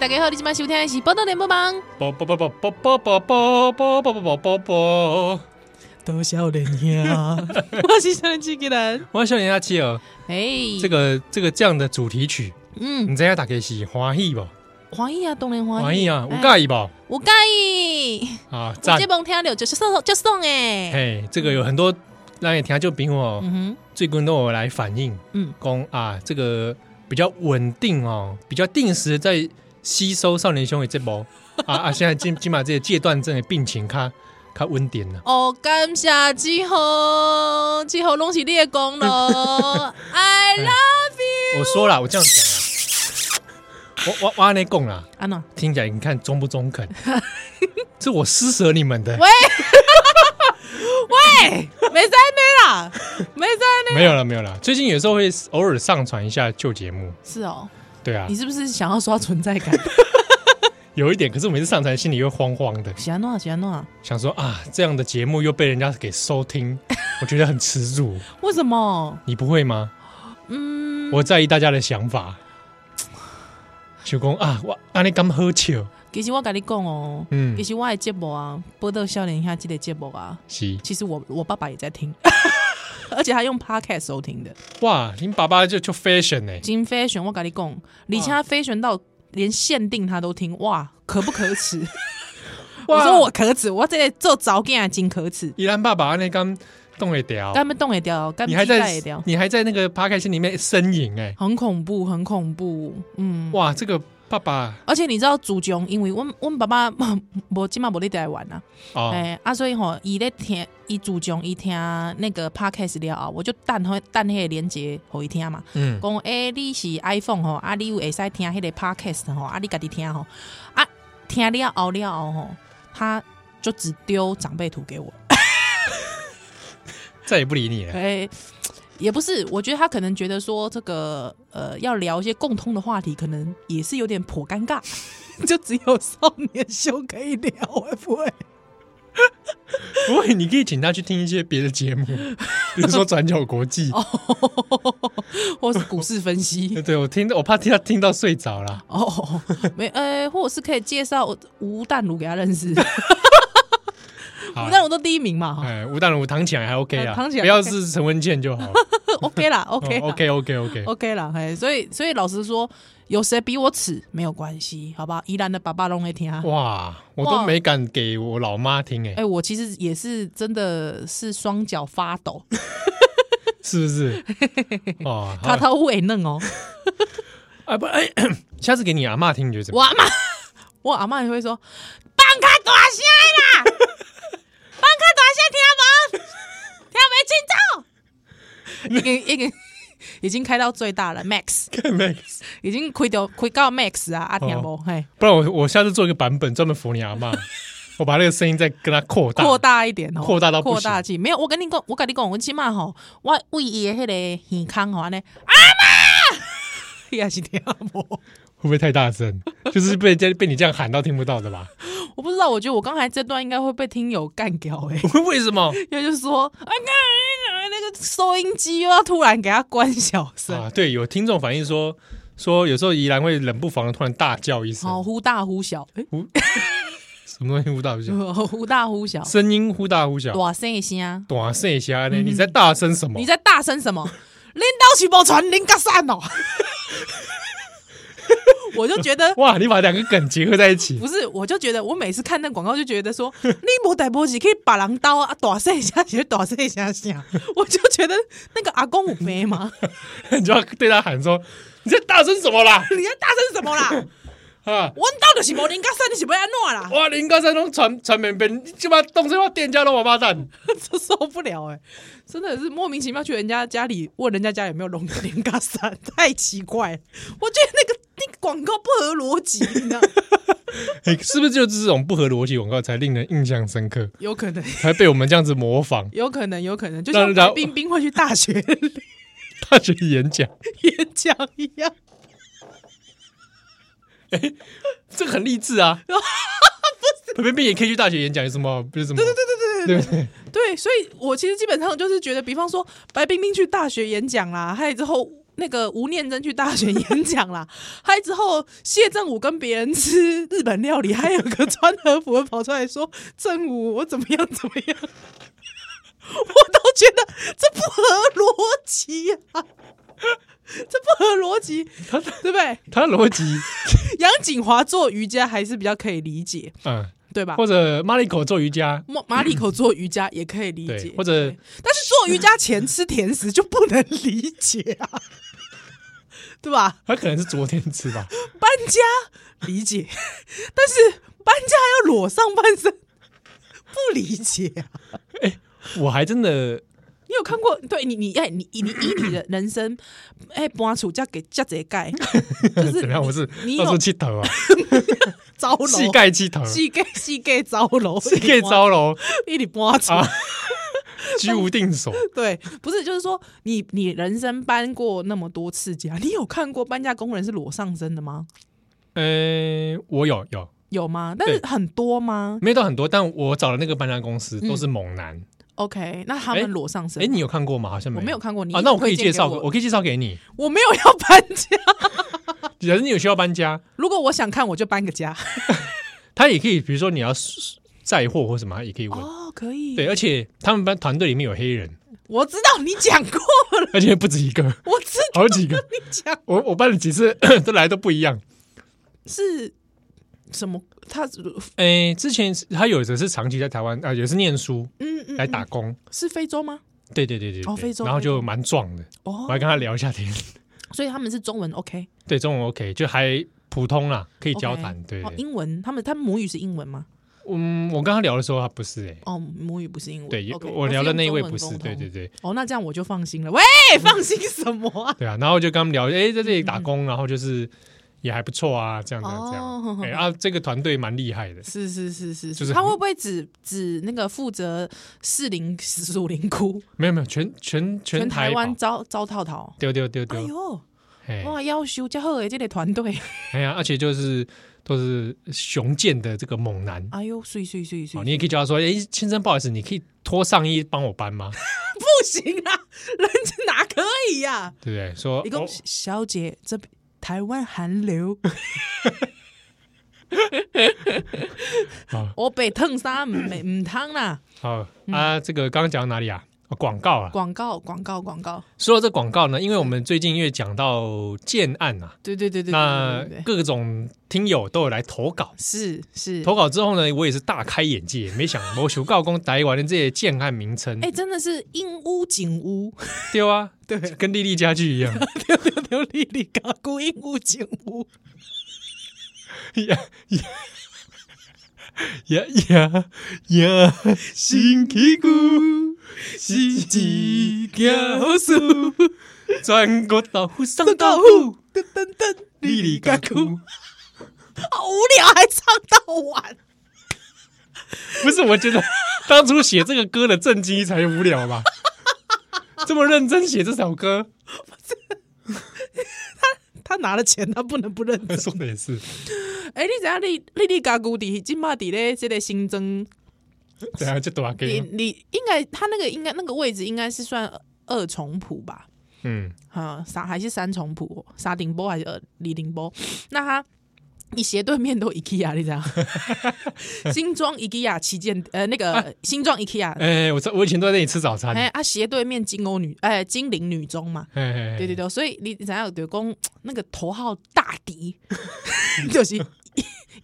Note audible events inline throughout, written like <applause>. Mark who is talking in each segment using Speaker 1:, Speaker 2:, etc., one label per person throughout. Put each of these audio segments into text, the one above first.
Speaker 1: 大家好，你今晚收听的是《报道联播网》。
Speaker 2: 啵啵啵啵啵啵啵啵啵啵啵啵啵。
Speaker 3: 多少年呀！
Speaker 1: <laughs> 我是小人机器人。
Speaker 2: 我笑年阿七儿，
Speaker 1: 哎，
Speaker 2: 这个这个这样的主题曲，
Speaker 1: 嗯，
Speaker 2: 你知影大家是欢喜不？
Speaker 1: 欢喜啊，当然欢
Speaker 2: 欢喜啊，有
Speaker 1: 哎
Speaker 2: 介意不？
Speaker 1: 有介意，
Speaker 2: 啊，
Speaker 1: 我
Speaker 2: 赞
Speaker 1: 这！帮听了就是送就送哎。
Speaker 2: 嘿，这个有很多让人听就朋友哦，
Speaker 1: 嗯
Speaker 2: 最近都有来反映，
Speaker 1: 嗯
Speaker 2: 嗯，讲啊，这个比较稳定哦，比较定时在吸收少年兄的这波啊啊，现在今今把这个戒断症的病情较较稳定了
Speaker 1: 哼，。哦，感谢志豪，志豪拢是你的功劳。I love you。
Speaker 2: 我说了，我这样讲啦，我我我安尼讲啦。
Speaker 1: 安娜，
Speaker 2: 听起来你看中不中 <laughs> 肯？这我施舍你们的，
Speaker 1: 喂，没在呢啦，没在呢。
Speaker 2: 没有了没有了。最近有时候会偶尔上传一下旧节目，
Speaker 1: 是哦，
Speaker 2: 对啊
Speaker 1: 你，是不是想要刷存在感？ <laughs>
Speaker 2: 有一点。可是我每次上传心里会慌慌的，
Speaker 1: 喜欢诺，喜欢诺，
Speaker 2: 想说啊，这样的节目又被人家给收 <laughs> 听，我觉得很耻辱。
Speaker 1: 为什么？
Speaker 2: 你不会吗？嗯，我在意大家的想法。就讲啊，我安尼咁好笑，
Speaker 1: 其实我跟你讲哦，
Speaker 2: 嗯
Speaker 1: 其实我的节目啊，播到少年下这个节目啊，
Speaker 2: 是
Speaker 1: 其实我我爸爸也在听，而且他用 podcast 收听的。
Speaker 2: 哇，你爸爸就就 fashion 欸呢、
Speaker 1: 金飞旋，我跟你讲，而且他飞旋到连限定他都听，哇，可不可耻？我说我可耻，我这做早干啊，真可耻，
Speaker 2: 依然爸爸安尼咁动会掉，
Speaker 1: 干不动也掉，干不
Speaker 2: 你还
Speaker 1: 也
Speaker 2: 在
Speaker 1: 掉，
Speaker 2: 你还在那个 p a 心里面呻吟哎、
Speaker 1: 很恐怖，很恐怖，嗯。
Speaker 2: 哇，这个爸爸
Speaker 1: 而且你知道祖宗，因为我们我们爸爸我今嘛无在台湾啊，
Speaker 2: 哦，
Speaker 1: 哎、啊，所以吼、伊咧听，伊注重伊听那个 podcast 了后，我就弹会弹迄个连接互伊听嘛。
Speaker 2: 嗯，
Speaker 1: 讲诶、你是 iPhone 吼，啊，你有会使听迄个 podcast 吼，啊，你家己听吼，啊，听了后了后吼，他就只丢长辈图给我。
Speaker 2: 再也不理你了。
Speaker 1: 哎、也不是，我觉得他可能觉得说这个呃，要聊一些共通的话题，可能也是有点颇尴尬， <laughs> 就只有少年兄可以聊，会不会？
Speaker 2: 不会，你可以请他去听一些别的
Speaker 1: <laughs>
Speaker 2: 节目，比如说《转角国际》
Speaker 1: 哦或是股市分析？
Speaker 2: 对我听，我怕听他听到睡着了。
Speaker 1: 哦，没，呃，或者是可以介绍吴淡如给他认识。
Speaker 2: <laughs> 好啊
Speaker 1: 吴淡如都第一名嘛，哈、
Speaker 2: 哎，吴淡如躺起来还 OK 啦，
Speaker 1: 呃躺起来
Speaker 2: 不要
Speaker 1: OK
Speaker 2: 是陈文健就好。
Speaker 1: o k 啦，OK 哦啦
Speaker 2: 哦 OK OK OK，
Speaker 1: OK 啦，嘿，所以所以老实说，有谁比我耻没有关系，好吧？宜兰的爸爸拢会听。
Speaker 2: 哦
Speaker 1: 哎、
Speaker 2: 哇，我都
Speaker 1: 哇
Speaker 2: 没敢给我老妈听哎，
Speaker 1: 我其实也是真的是双脚发抖，
Speaker 2: 哦是
Speaker 1: <laughs>
Speaker 2: 不是？哦，好
Speaker 1: 卡到尾嫩哦。
Speaker 2: 啊不哎， <coughs> 下次给你阿妈听，你觉得怎么
Speaker 1: 我阿妈，我阿妈也会说，放较大
Speaker 2: <laughs>
Speaker 1: 声的啦，放较大声听无，听袂清楚，已经已经已经开到最大了 max，
Speaker 2: 样 <laughs> Max？
Speaker 1: 已经开到开到 max 啊，
Speaker 2: 哦
Speaker 1: 啊听无，嘿，
Speaker 2: 不然我我下次做一个版本专门服你阿
Speaker 1: <laughs>
Speaker 2: 妈，我把那个声音再跟他扩大
Speaker 1: 扩大一点哦，
Speaker 2: 扩大到不行
Speaker 1: 扩大器。没有，我跟你讲，我跟你讲，我起码吼，我为伊的迄个耳康吼安尼，阿妈， <laughs> 你也是听无。
Speaker 2: 会不会太大声？ <laughs> 就是被这被你这样喊到听不到的 <laughs> 吧？
Speaker 1: 我不知道，我觉得我刚才这段应该会被听友干掉诶、 <laughs> 欸，
Speaker 2: 为什么
Speaker 1: 因为就是说，啊，那个收音机又要突然给它关小声，
Speaker 2: 啊？对，有听众反映说，说有时候宜兰会冷不防的突然大叫一声
Speaker 1: 好，忽大忽小，诶
Speaker 2: 什么东西忽大忽小，
Speaker 1: 忽大忽小，
Speaker 2: 声音忽大忽小，
Speaker 1: 大声一声，
Speaker 2: 短声一下呢？你在大声什
Speaker 1: 嗯
Speaker 2: 么
Speaker 1: 你？在大声什么？ <laughs> 领导是无传，领甲散哦。 <laughs> 我就觉
Speaker 2: <laughs>
Speaker 1: 得
Speaker 2: 哇，你把两个梗结合在一起
Speaker 1: <laughs> 不，是，我就觉得我每次看那广告就觉得说， <laughs> 你无代波是可以把狼刀啊打碎一下，就打碎一下下， <laughs> 我就觉得那个阿公有没吗？ <laughs>
Speaker 2: 你就要对他喊说：“你在大声什么啦
Speaker 1: 你在大声什么啦？？”
Speaker 2: 啊！
Speaker 1: 我到底是无人家生，你是要安怎
Speaker 2: <laughs>
Speaker 1: 啦？
Speaker 2: 哇，林高山东传传媒本，你就把动这话店家都王八蛋，
Speaker 1: 这受不了哎、真的是莫名其妙去人家家里问人家家有没有龙的林嘎山，太奇怪了。我觉得那个那个广告不合逻辑，你知道？
Speaker 2: <laughs> 哎是不是就这种不合逻辑广告才令人印象深刻，
Speaker 1: 有可能，
Speaker 2: 才被我们这样子模仿？
Speaker 1: 有可能，有可能，就
Speaker 2: 那
Speaker 1: 像
Speaker 2: 然
Speaker 1: 白
Speaker 2: 后
Speaker 1: 冰冰会去大学
Speaker 2: 大学演讲，
Speaker 1: 演讲一样。 <laughs>
Speaker 2: 这个很励志
Speaker 1: <laughs>
Speaker 2: 啊！不是，也可以去大学演讲，有什么不是什么？对对对对对对对
Speaker 1: 对，所以我其实基本上就是觉得，比方说白冰冰去大学演讲啦，还有之后那个吴念真去大学演讲啦， <laughs> 还之后谢振武跟别人吃日本料理，还有个穿和服的跑出来说：“振武，我怎么样怎么样。” <laughs> 我都觉得这不合逻辑啊， <laughs> 这不合逻辑，
Speaker 2: 他
Speaker 1: 对不对？
Speaker 2: 他的逻辑，
Speaker 1: 杨景华做瑜伽还是比较可以理解，
Speaker 2: 嗯，
Speaker 1: 对吧？
Speaker 2: 或者马里口做瑜伽，
Speaker 1: 马马里口做瑜伽也可以理解
Speaker 2: 对，，或者
Speaker 1: 对但是做瑜伽前吃甜食就不能理解啊， <laughs> 对吧？
Speaker 2: 他可能是昨天吃吧， <laughs>
Speaker 1: 搬家理解，但是搬家要裸上半身，不理解啊。
Speaker 2: 我还真的
Speaker 1: 你有看过？对你，你哎，你你以你的人生，哎，搬出家给家贼 <laughs> 盖，就是
Speaker 2: 怎么样？我是
Speaker 1: 你
Speaker 2: 到处
Speaker 1: 有
Speaker 2: 剃
Speaker 1: <laughs>
Speaker 2: 头啊，
Speaker 1: 糟楼，
Speaker 2: 膝盖剃头，
Speaker 1: 膝盖膝盖糟楼，
Speaker 2: 膝盖糟楼，
Speaker 1: 一直搬出。
Speaker 2: 啊 <laughs> 居无定所。
Speaker 1: 对，不是，就是说你你人生搬过那么多次家，你有看过搬家工人是裸上身的吗？
Speaker 2: 嗯，我有有
Speaker 1: 有吗？但是
Speaker 2: 对
Speaker 1: 很多吗
Speaker 2: 没有到很多，但我找的那个搬家公司
Speaker 1: 嗯
Speaker 2: 都是猛男。
Speaker 1: ？OK，那他
Speaker 2: 哎
Speaker 1: 们裸上身？
Speaker 2: 哎，你有看过吗？好像
Speaker 1: 我没有看过你
Speaker 2: 啊，那我可以介
Speaker 1: 推荐给
Speaker 2: 绍，
Speaker 1: 我
Speaker 2: 我可以介绍给
Speaker 1: <laughs>
Speaker 2: 你。
Speaker 1: 我没有要搬家。
Speaker 2: 人有需要搬家，
Speaker 1: 如果我想看，我就搬个家。
Speaker 2: 他也可以，比如说你要载货或什么，他也可以问。
Speaker 1: 哦，可以。
Speaker 2: 对，而且他们班团队里面有黑人， <laughs>
Speaker 1: 我知道你讲过了，
Speaker 2: 而且不止一个， <laughs>
Speaker 1: 我知道
Speaker 2: 好几个。
Speaker 1: 你讲
Speaker 2: 我我办了几次 <coughs> 都来都不
Speaker 1: 嗯
Speaker 2: 一样。
Speaker 1: 是什么？他
Speaker 2: 诶、之前是他有的是长期在台湾啊、也是念书
Speaker 1: 嗯嗯
Speaker 2: 来打工。
Speaker 1: 是非洲吗？
Speaker 2: 对对对对对
Speaker 1: 哦非洲
Speaker 2: 然后就蛮壮的，
Speaker 1: 哦
Speaker 2: 我还跟他聊一下天。 <laughs>
Speaker 1: 所以他们是中文 OK，
Speaker 2: 对，中文 OK，就还普通啦，可以交谈。对
Speaker 1: 哦
Speaker 2: 对，对
Speaker 1: 英文他们他们母语是英文吗？
Speaker 2: 嗯，我跟他聊的时候，他不是诶、
Speaker 1: 哦，母语不是英文。
Speaker 2: 对也
Speaker 1: OK，
Speaker 2: 我聊的那一位不
Speaker 1: 我
Speaker 2: 是，
Speaker 1: 用中
Speaker 2: 对
Speaker 1: 文沟
Speaker 2: 对
Speaker 1: 通。
Speaker 2: 对
Speaker 1: 哦，那这样我就放心了。喂，
Speaker 2: 嗯
Speaker 1: 放心什么啊？
Speaker 2: 对啊，然后就跟他们聊，诶、在这里
Speaker 1: 嗯
Speaker 2: 打工，然后就是也还不错啊，这样这样这
Speaker 1: 哦
Speaker 2: 样，诶、啊，这个团队蛮厉害的，
Speaker 1: <laughs> 是是是是，
Speaker 2: 就是是
Speaker 1: 他
Speaker 2: 很
Speaker 1: 会不会只只那个负责士林属林窟
Speaker 2: 没有没有，全全
Speaker 1: 全
Speaker 2: 台
Speaker 1: 台湾
Speaker 2: 跑啊哎
Speaker 1: 招招套套？
Speaker 2: 丢丢丢
Speaker 1: 哎
Speaker 2: 丢，
Speaker 1: 呦，
Speaker 2: 嘿
Speaker 1: 哇，要修加贺的这个团
Speaker 2: <laughs>
Speaker 1: 队，
Speaker 2: 哎呀，而且就是都是雄健的这个猛男。
Speaker 1: 哎呦，碎碎碎碎
Speaker 2: 哦，，你也可以叫他说：“哎、先生，不好意思，你可以脱上衣帮我搬吗？
Speaker 1: 不行啊，人家哪可以呀？
Speaker 2: 对不对？”说
Speaker 1: 一共
Speaker 2: 哦
Speaker 1: 小姐这边台湾韩流
Speaker 2: <laughs> 好，
Speaker 1: 我被烫衫没唔烫啦，
Speaker 2: 好啊，这个刚刚讲到哪里啊？哦广、告啊。
Speaker 1: 嗯广告广告广告，
Speaker 2: 说到这广告呢，因为我们最近因为讲到建案啊，
Speaker 1: 对对对对对
Speaker 2: 那
Speaker 1: 对对对，
Speaker 2: 各种听友都有来投稿。
Speaker 1: 是是，
Speaker 2: 投稿之后呢，我也是大开眼界，没想到我求告公台湾的这些建案名称，
Speaker 1: 哎，真的是阴屋景屋，
Speaker 2: 对啊，对，跟丽丽家具一样，
Speaker 1: <laughs> 刘丽丽嘎咕阴屋景屋，
Speaker 2: <laughs> 呀呀呀呀！新奇骨是一件好事，全国豆腐上豆腐，
Speaker 1: 噔噔噔，
Speaker 2: 里里嘎哭。
Speaker 1: 好无聊，还唱到晚，
Speaker 2: 不是，我觉得当初写这个歌的郑经才无聊吧？ <laughs> 这么认真写这首歌，
Speaker 1: 他拿了钱，他不能不认真。
Speaker 2: 说的也是，
Speaker 1: <laughs> 哎，你知道丽丽丽嘎咕底，今嘛底咧，这个新增，
Speaker 2: 等下啊就打
Speaker 1: 你
Speaker 2: 给你。
Speaker 1: 你应该他那个应该那个位置应该是算二重谱吧？
Speaker 2: 嗯，
Speaker 1: 啊，三还是三重谱，沙顶波还是呃李顶波？那他你斜对面都 IKEA，你知道？新庄 IKEA 旗舰，呃，那个新庄 IKEA，
Speaker 2: 哎，我在我以前都在那里吃早餐。
Speaker 1: 哎
Speaker 2: 哎
Speaker 1: 啊，斜对面金欧女，哎，金陵女中嘛，
Speaker 2: 哎，
Speaker 1: 对对对，所以你怎样有公那个头号大敌 <laughs> 就是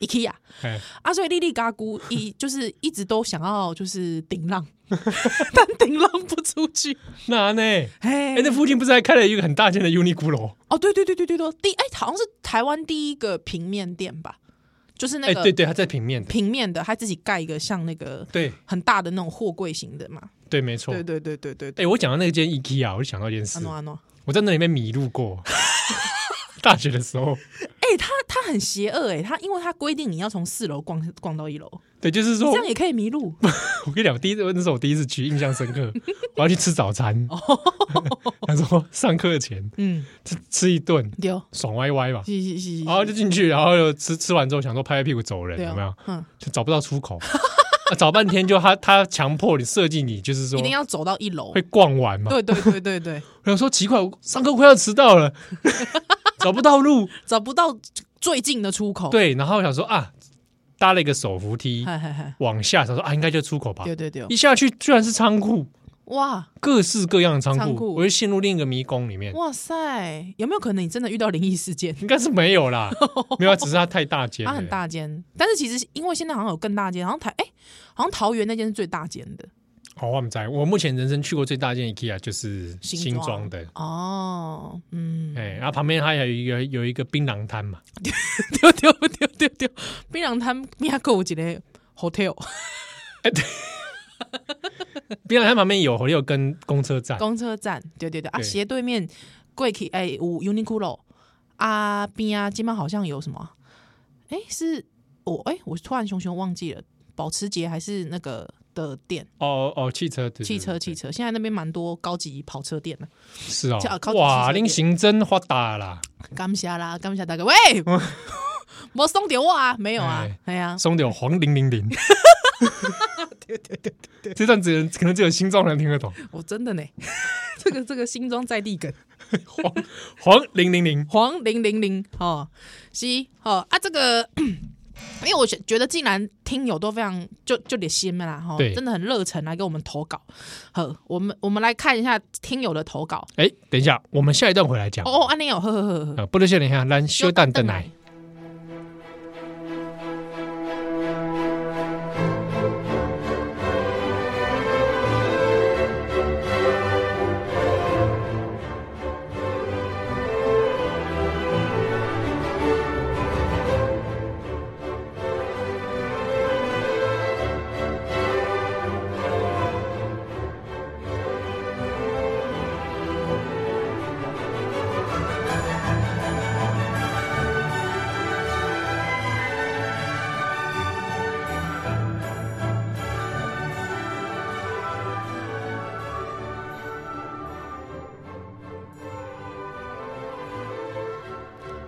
Speaker 1: IKEA
Speaker 2: 哎，
Speaker 1: 啊，所以莉莉嘎咕一就是一直都想要就是顶浪， <laughs> 但顶浪不出去，
Speaker 2: 那呢？
Speaker 1: 哎
Speaker 2: 哎，那附近不是还开了一个很大间的 Uniqlo？
Speaker 1: 哦，对对对对对对，第哎、好像是台湾第一个平面店吧，就是那
Speaker 2: 哎，
Speaker 1: 个
Speaker 2: 对对，它在平面的，
Speaker 1: 平面的，他自己盖一个像那个
Speaker 2: 对
Speaker 1: 很大的那种货柜型的嘛。
Speaker 2: 对，没错
Speaker 1: 对。啊对对对对对，
Speaker 2: 哎、我讲到那间 IKEA，我就想到一件
Speaker 1: 阿
Speaker 2: 事，
Speaker 1: 诺阿诺，
Speaker 2: 我在那里面迷路
Speaker 1: <laughs>
Speaker 2: 过。大学的时候，
Speaker 1: 哎、他他很邪恶哎、他因为他规定你要从四楼逛逛到一楼，
Speaker 2: 对，就是说
Speaker 1: 这，样也可以迷
Speaker 2: <laughs>
Speaker 1: 路。
Speaker 2: 我跟你讲，第一次那是我第一次去，印象深刻。我要去吃早餐，
Speaker 1: 哦
Speaker 2: 他说上课前
Speaker 1: 嗯，
Speaker 2: 吃吃一顿，
Speaker 1: 丢，
Speaker 2: 爽歪歪嘛，
Speaker 1: 是是是，
Speaker 2: 哦
Speaker 1: 啊
Speaker 2: 然后就进去，然后就吃吃完之后想说拍拍屁股走人，有没有？
Speaker 1: 嗯，
Speaker 2: 就找不到出口， <laughs> 啊找半天就他他强迫你设计你，就是说
Speaker 1: 一定要走到一楼
Speaker 2: 哦会。逛完嘛。
Speaker 1: 对对对对对，
Speaker 2: 我想说奇怪，我上课快要迟到了， <laughs> 找不到路。
Speaker 1: 找不到最近的出口。，
Speaker 2: 对，然后我想说啊，搭了一个手扶梯
Speaker 1: 嗨嗨嗨，
Speaker 2: 往下，想说啊，应该就出口吧。
Speaker 1: 对对对，
Speaker 2: 一下去居然是仓库，
Speaker 1: 哇
Speaker 2: 各式各样的仓
Speaker 1: 仓
Speaker 2: 库，
Speaker 1: 库
Speaker 2: 我就陷入另一个迷宫里面。
Speaker 1: 哇塞，有没有可能你真的遇到灵异事件？
Speaker 2: 应该是没
Speaker 1: <laughs>
Speaker 2: 有啦，没有啊，只是它太大间了，
Speaker 1: 它很大间，但是其实因为现在好像有更大间，好像台哎、好像桃园那间是最大间的
Speaker 2: 好，我们在我目前人生去过最大件的 IKEA 就是新庄的，
Speaker 1: 哦，嗯，
Speaker 2: 哎，然后旁边它还有一个有一个槟榔摊嘛，
Speaker 1: <laughs> 丢丢丢丢丢，槟榔摊咪还有一个 <laughs> hotel
Speaker 2: 槟榔摊旁边有有跟公车站，
Speaker 1: 公车站，对对对啊，
Speaker 2: 对
Speaker 1: 斜对面过去哎、有 Uniqlo 啊边啊，今晚好像有什么啊？哎、是我哎、我突然熊熊忘记了，保时捷还是那个的店。
Speaker 2: 哦哦，汽车对
Speaker 1: 汽车，汽
Speaker 2: 车
Speaker 1: 车，现在那边蛮多高级跑车店的。
Speaker 2: 是
Speaker 1: 这啊
Speaker 2: 哦
Speaker 1: 靠，近汽
Speaker 2: 哇，
Speaker 1: 车
Speaker 2: 令刑真发达啦，
Speaker 1: 感谢啦，感谢大
Speaker 2: <laughs>
Speaker 1: 哥，喂，没送给我啊，没有啊
Speaker 2: 哎，
Speaker 1: 哎呀，
Speaker 2: 松掉黄零零零，对对 <laughs> 对对，这段只能可能只有新庄人听得懂，
Speaker 1: 我真的呢， <laughs> 这个这个新装在
Speaker 2: <laughs>
Speaker 1: 地梗，
Speaker 2: 黄黄零零零，
Speaker 1: 黄零零零哦，是哦啊，这个。 <coughs> 因为我觉觉得，既然听友都非常就就得心啦哈，
Speaker 2: 对
Speaker 1: 真的很热忱来给我们投稿。呵，我们我们来看一下听友的投稿。
Speaker 2: 哎，等一下，我们下一段回来讲，
Speaker 1: 哦，安尼哦，呵呵呵呵，
Speaker 2: 呃，不能先等一下，咱休蛋哦蛋奶。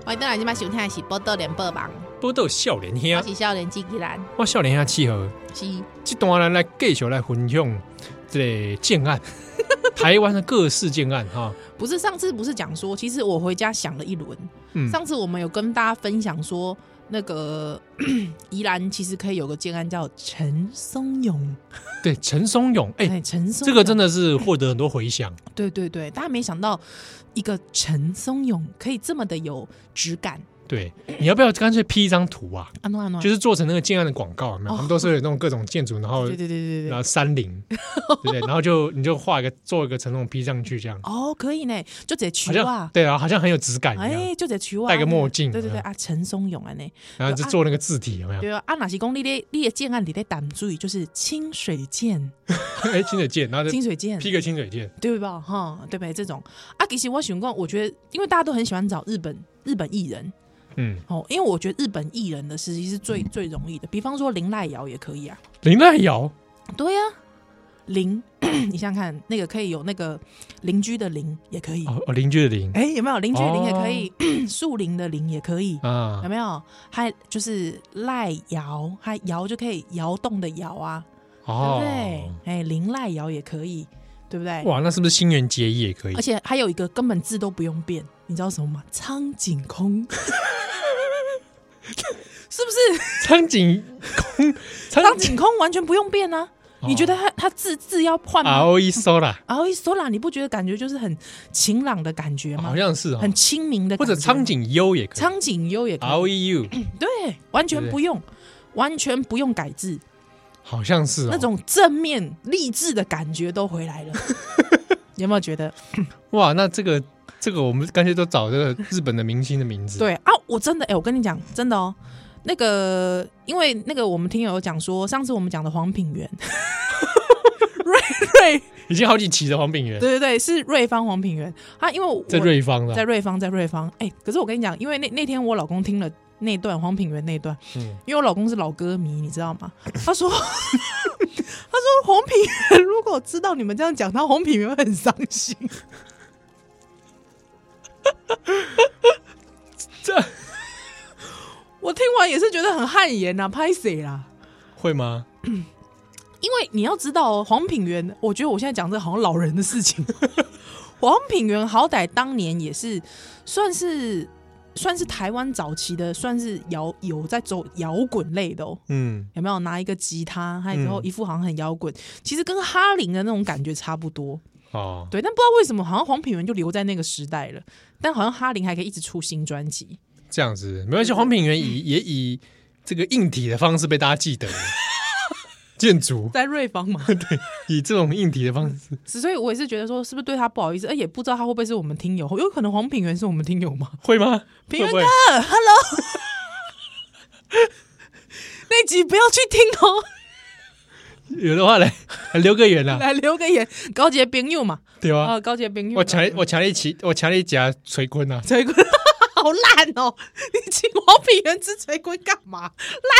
Speaker 1: 欢迎大家今晚收听的是《波多连播网
Speaker 2: 波豆笑脸》，
Speaker 1: 我是
Speaker 2: 兄，
Speaker 1: 少年机器人，
Speaker 2: 我笑脸兄契合。
Speaker 1: 是
Speaker 2: 这段咱来继续来分享这个建 <laughs> 案，台湾的各式建案哈。
Speaker 1: 不是上次不是讲说，其实我回家想了一轮。
Speaker 2: 嗯，
Speaker 1: 上次我们有跟大家分享说，那个 <clears throat> 宜兰其实可以有个建安叫陈松勇，
Speaker 2: 对，陈松勇，哎、
Speaker 1: 哎，陈松
Speaker 2: 这个真
Speaker 1: 的
Speaker 2: 的是获得很多回响。
Speaker 1: 对对对，大家没想到一个陈松勇可以这么的有质感，
Speaker 2: 对，你要不要干脆 P 一张图啊？
Speaker 1: 安诺安诺，
Speaker 2: 就是做成那个建案的广告，有没有？
Speaker 1: 哦
Speaker 2: 他们都是有那种各种建筑，然后
Speaker 1: 对对对对对
Speaker 2: 然
Speaker 1: 对。
Speaker 2: 后山
Speaker 1: <laughs>
Speaker 2: 林，对不对？然后就你就画一个做一个成龙 P 上去，这样
Speaker 1: 哦，可以呢，就直接
Speaker 2: 好
Speaker 1: 取
Speaker 2: 像
Speaker 1: 啊，
Speaker 2: 对啊，好像很有质感一样。
Speaker 1: 哎，就直接取啊，
Speaker 2: 戴个墨镜
Speaker 1: 对对对
Speaker 2: 嗯
Speaker 1: 啊，陈松勇啊呢，
Speaker 2: 然后就做那个字体，有没有？
Speaker 1: 对啊，啊哪些公你的你的建案里的胆注意就是清水剑，
Speaker 2: 哎，清水剑，然后就
Speaker 1: 清水剑
Speaker 2: P 个清水剑，
Speaker 1: 对吧？哈，对不对？这种啊，其实我喜欢，我觉得因为大家都很喜欢找日本日本艺人
Speaker 2: 嗯，
Speaker 1: 哦，因为我觉得日本艺人的实习是最、最容易的，比方说林濑遥也可以啊，
Speaker 2: 林濑瑶，
Speaker 1: 对呀、林， <clears throat> 你想想看，那个可以有那个邻居的邻也可以，哎、
Speaker 2: 哦哦，邻居的邻
Speaker 1: 有没有邻居的邻也可以， <clears throat> 树、林的林也可以。
Speaker 2: 啊
Speaker 1: 有，没有？还就是赖摇，还摇就可以摇动的摇啊，
Speaker 2: 哦，
Speaker 1: 对不对？哎，林赖摇也可以，对不对？
Speaker 2: 哇，那是不是新垣结衣也可以
Speaker 1: 而？且还有一个根本字都不用变，你知道什么吗？苍井空， <laughs> 是不是？
Speaker 2: 苍井空，
Speaker 1: 苍
Speaker 2: 苍井
Speaker 1: 井空完全不用变啊！
Speaker 2: 哦
Speaker 1: 你觉得他他字字要换吗？
Speaker 2: R O E Sola，
Speaker 1: 然后一说啦，你不觉得感觉就是很晴朗的感觉吗
Speaker 2: 好？像是哦，
Speaker 1: 很清明的
Speaker 2: 或
Speaker 1: 感觉吗，
Speaker 2: 者苍井优也可以
Speaker 1: 苍井优也可以
Speaker 2: ，R O E
Speaker 1: <clears throat>
Speaker 2: U
Speaker 1: 对，完全不用，完全不用改字，
Speaker 2: 好像是哦
Speaker 1: 那种正面励志的感觉都回
Speaker 2: <laughs>
Speaker 1: 来了。有没有觉得？
Speaker 2: 哇，那这个这个我们干脆都找这个日本的明星的名字，
Speaker 1: 对啊，我真的哎、我跟你讲，真的哦。那个，因为那个我们听友有讲说，上次我们讲的黄品源， <laughs> 瑞瑞，
Speaker 2: <laughs> 已经好几期的黄炳源，
Speaker 1: 对对对，是瑞芳黄品源啊。因为我
Speaker 2: 在瑞芳
Speaker 1: 在
Speaker 2: 的，
Speaker 1: 瑞芳，在瑞芳。哎、可是我跟你讲，因为那那天我老公听了那段黄品源那段，
Speaker 2: 嗯
Speaker 1: 因为我老公是老歌迷，你知道吗？他说， <laughs> 他说黄品源如果知道你们这样讲，他黄品源会很伤心。
Speaker 2: 这
Speaker 1: 我听完也是觉得很汗颜呐、啊，拍谁啦？
Speaker 2: 会吗？
Speaker 1: 因为你要知道哦，黄品源，我觉得我现在讲这好像老人的事 <laughs> 情。黄品源好歹当年也是算是算是台湾早期的，算是摇有在走摇滚类的哦。
Speaker 2: 嗯，
Speaker 1: 有没有拿一个吉他，还有之后
Speaker 2: 嗯
Speaker 1: 一副好像很摇滚，其实跟哈林的那种感觉差不多。
Speaker 2: 哦，
Speaker 1: 对，但不知道为什么，好像黄品源就留在那个时代了，但好像哈林还可以一直出新专辑。
Speaker 2: 这样子没关系。黄品源以
Speaker 1: 嗯
Speaker 2: 也以这个硬体的方式被大家记得，
Speaker 1: <laughs>
Speaker 2: 建筑
Speaker 1: 在瑞芳嘛，
Speaker 2: 以这种硬体的方式，
Speaker 1: <laughs> 所以我也是觉得说，是不是对他不好意思？哎，也不知道他会不会是我们听友，有可能黄品源是我们听友吗？
Speaker 2: 会吗？
Speaker 1: 平原
Speaker 2: 会不会
Speaker 1: 哥，Hello，那集不要去听哦， <laughs>
Speaker 2: <laughs> 有的话来来留个言啦，
Speaker 1: <laughs> 来留个言，高级的朋友嘛，
Speaker 2: 对吧？
Speaker 1: 啊，高级的朋友嘛，
Speaker 2: 我强烈我强烈起我强烈夹垂坤啊，
Speaker 1: 锤棍 <laughs> 好烂哦！你请王品源吃锤棍干嘛？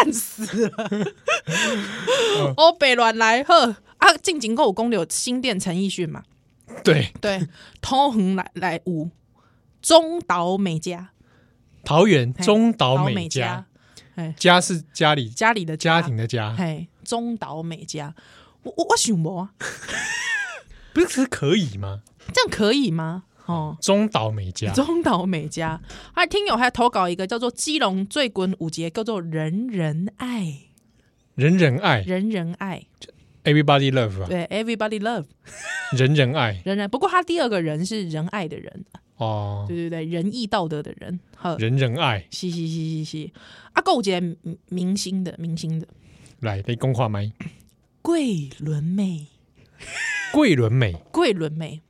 Speaker 1: 烂死
Speaker 2: <laughs>
Speaker 1: 了！
Speaker 2: 嗯
Speaker 1: 欧北乱来呵啊！近景购公有新店陈奕迅嘛，
Speaker 2: <laughs> 对， <laughs>
Speaker 1: 对，通恒来来五中岛美嘉，
Speaker 2: 桃园
Speaker 1: 嘿
Speaker 2: 中岛
Speaker 1: 岛
Speaker 2: 美
Speaker 1: 嘉
Speaker 2: 家，，
Speaker 1: 哎，
Speaker 2: 家是家里
Speaker 1: 家里的
Speaker 2: 家庭，的家，
Speaker 1: 哎，中岛美嘉，我我我想不啊，
Speaker 2: 不是是可以吗？
Speaker 1: 这样可以吗？哦。
Speaker 2: 中岛美家，
Speaker 1: 中岛美嘉，还听友还投稿一个叫做基隆最滚五节，叫做人人爱，
Speaker 2: 人人爱
Speaker 1: 人人爱，
Speaker 2: ，Everybody Love 啊，
Speaker 1: 对，Everybody Love
Speaker 2: 人人爱
Speaker 1: 仁爱，不过他第二个人是仁爱的人，啊
Speaker 2: 哦，
Speaker 1: 对对对，仁义道德的嗯人。好，
Speaker 2: 人人爱，
Speaker 1: 嘻嘻嘻嘻嘻，啊，够杰明星的明星的
Speaker 2: 来，你公话麦，
Speaker 1: 桂纶镁，
Speaker 2: 桂纶镁，
Speaker 1: 桂纶镁，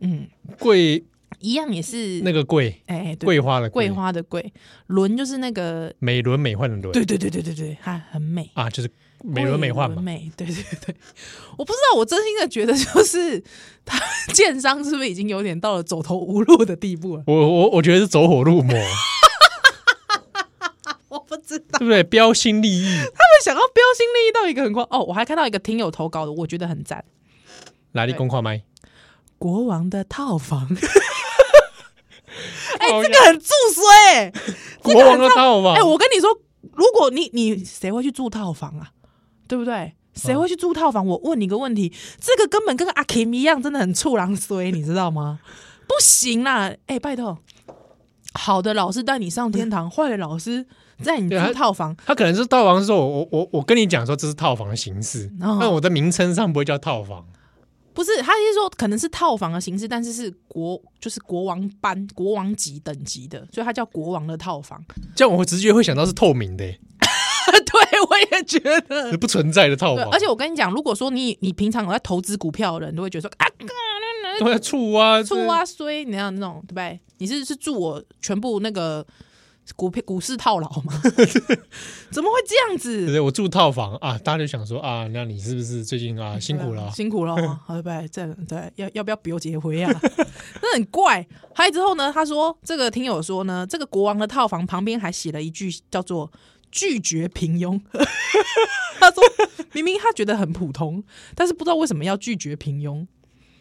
Speaker 1: 嗯，
Speaker 2: 桂
Speaker 1: 一样也是
Speaker 2: 那个桂，
Speaker 1: 哎、对
Speaker 2: 桂花的
Speaker 1: 桂，花的桂，纶就是那个，
Speaker 2: 美轮美奂的轮，
Speaker 1: 对对对对对对，她很美。
Speaker 2: 啊，就是美轮美奂
Speaker 1: 桂纶
Speaker 2: 嘛，
Speaker 1: 镁，对对对，我不知道，我真心的觉得就是他 <laughs> 建商是不是已经有点到了走投无路的地步了？
Speaker 2: 我我我觉得是走火
Speaker 1: <laughs>
Speaker 2: 入魔，
Speaker 1: 我不知道
Speaker 2: 对。不对？标新立异，
Speaker 1: 想要标新立异到一个很夸哦，我还看到一个听友投稿的，我觉得很赞。
Speaker 2: 来，你公
Speaker 1: <laughs>
Speaker 2: 话麦，
Speaker 1: 国王的套房， <laughs> 哎、
Speaker 2: 哦
Speaker 1: 这个很注水、欸，
Speaker 2: 国王的套
Speaker 1: 哎、
Speaker 2: 房，
Speaker 1: 我跟你说，如果你你谁会去住套房啊？对不对？谁会去住套房？我问你个问题，这个根本跟阿 Kim 一样，真的很处狼衰，你知道吗？ <laughs> 不行啦！哎、拜托，好的老师带你上天堂，坏的老师带你
Speaker 2: 对他
Speaker 1: 住套房，
Speaker 2: 他可能是套房是说，我我我我跟你讲说这是套房的形式，
Speaker 1: 哦
Speaker 2: 但我的名称上不会叫套房，
Speaker 1: 不是，他是说可能是套房的形式，但是是国就是国王班、国王级等级的，所以它叫国王的套房。 <laughs>
Speaker 2: 这样我直觉会想到是透明的，
Speaker 1: 对，我也觉得。
Speaker 2: 是不存在的套
Speaker 1: 呃对，
Speaker 2: 房，
Speaker 1: 而且我跟你讲，如果说你你平常有在投资股票的人，都会觉得说啊，
Speaker 2: 对啊醋啊
Speaker 1: 出啊衰，你知道那种对不对？你是是住我全部那个股票股市套牢
Speaker 2: <laughs>
Speaker 1: 吗？怎么会这样
Speaker 2: 对
Speaker 1: 子？
Speaker 2: 对，我住套房啊，大家就想说啊，那你是不是最近啊辛苦了
Speaker 1: 对啊
Speaker 2: 啊？
Speaker 1: 辛苦了啊，对不对？这对要要不要表姐回啊？ <laughs> 那很怪。还有之后呢，他说这个听友说呢，这个国王的套房旁边还写了一句叫做“拒绝平庸” 。 <laughs> 他说明明他觉得很普通，但是不知道为什么要拒绝平庸。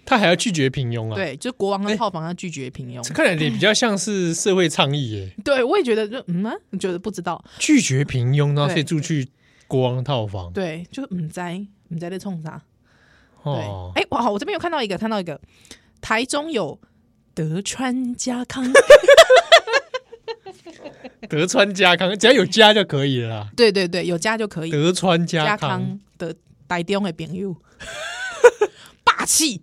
Speaker 2: 他还要拒绝平庸啊？，
Speaker 1: 对，就国王的套房要拒绝平庸。
Speaker 2: 这看来也比较像是社会倡议耶，
Speaker 1: 对，我也觉得就嗯啊，觉得不知道。
Speaker 2: 拒绝平庸，然后
Speaker 1: 对
Speaker 2: 所以住去国王的套房。
Speaker 1: 对，就是唔知唔知在冲啥。对，哎、
Speaker 2: 哦，
Speaker 1: 哇，我这边有看到一个，看到一个，台中有德川家
Speaker 2: <laughs>
Speaker 1: 康，
Speaker 2: 德川家康，只要有家就可以了啦。
Speaker 1: 对对对，有家就可以。
Speaker 2: 德川家
Speaker 1: 家
Speaker 2: 康，
Speaker 1: 康的台中的朋友， <laughs> 霸气，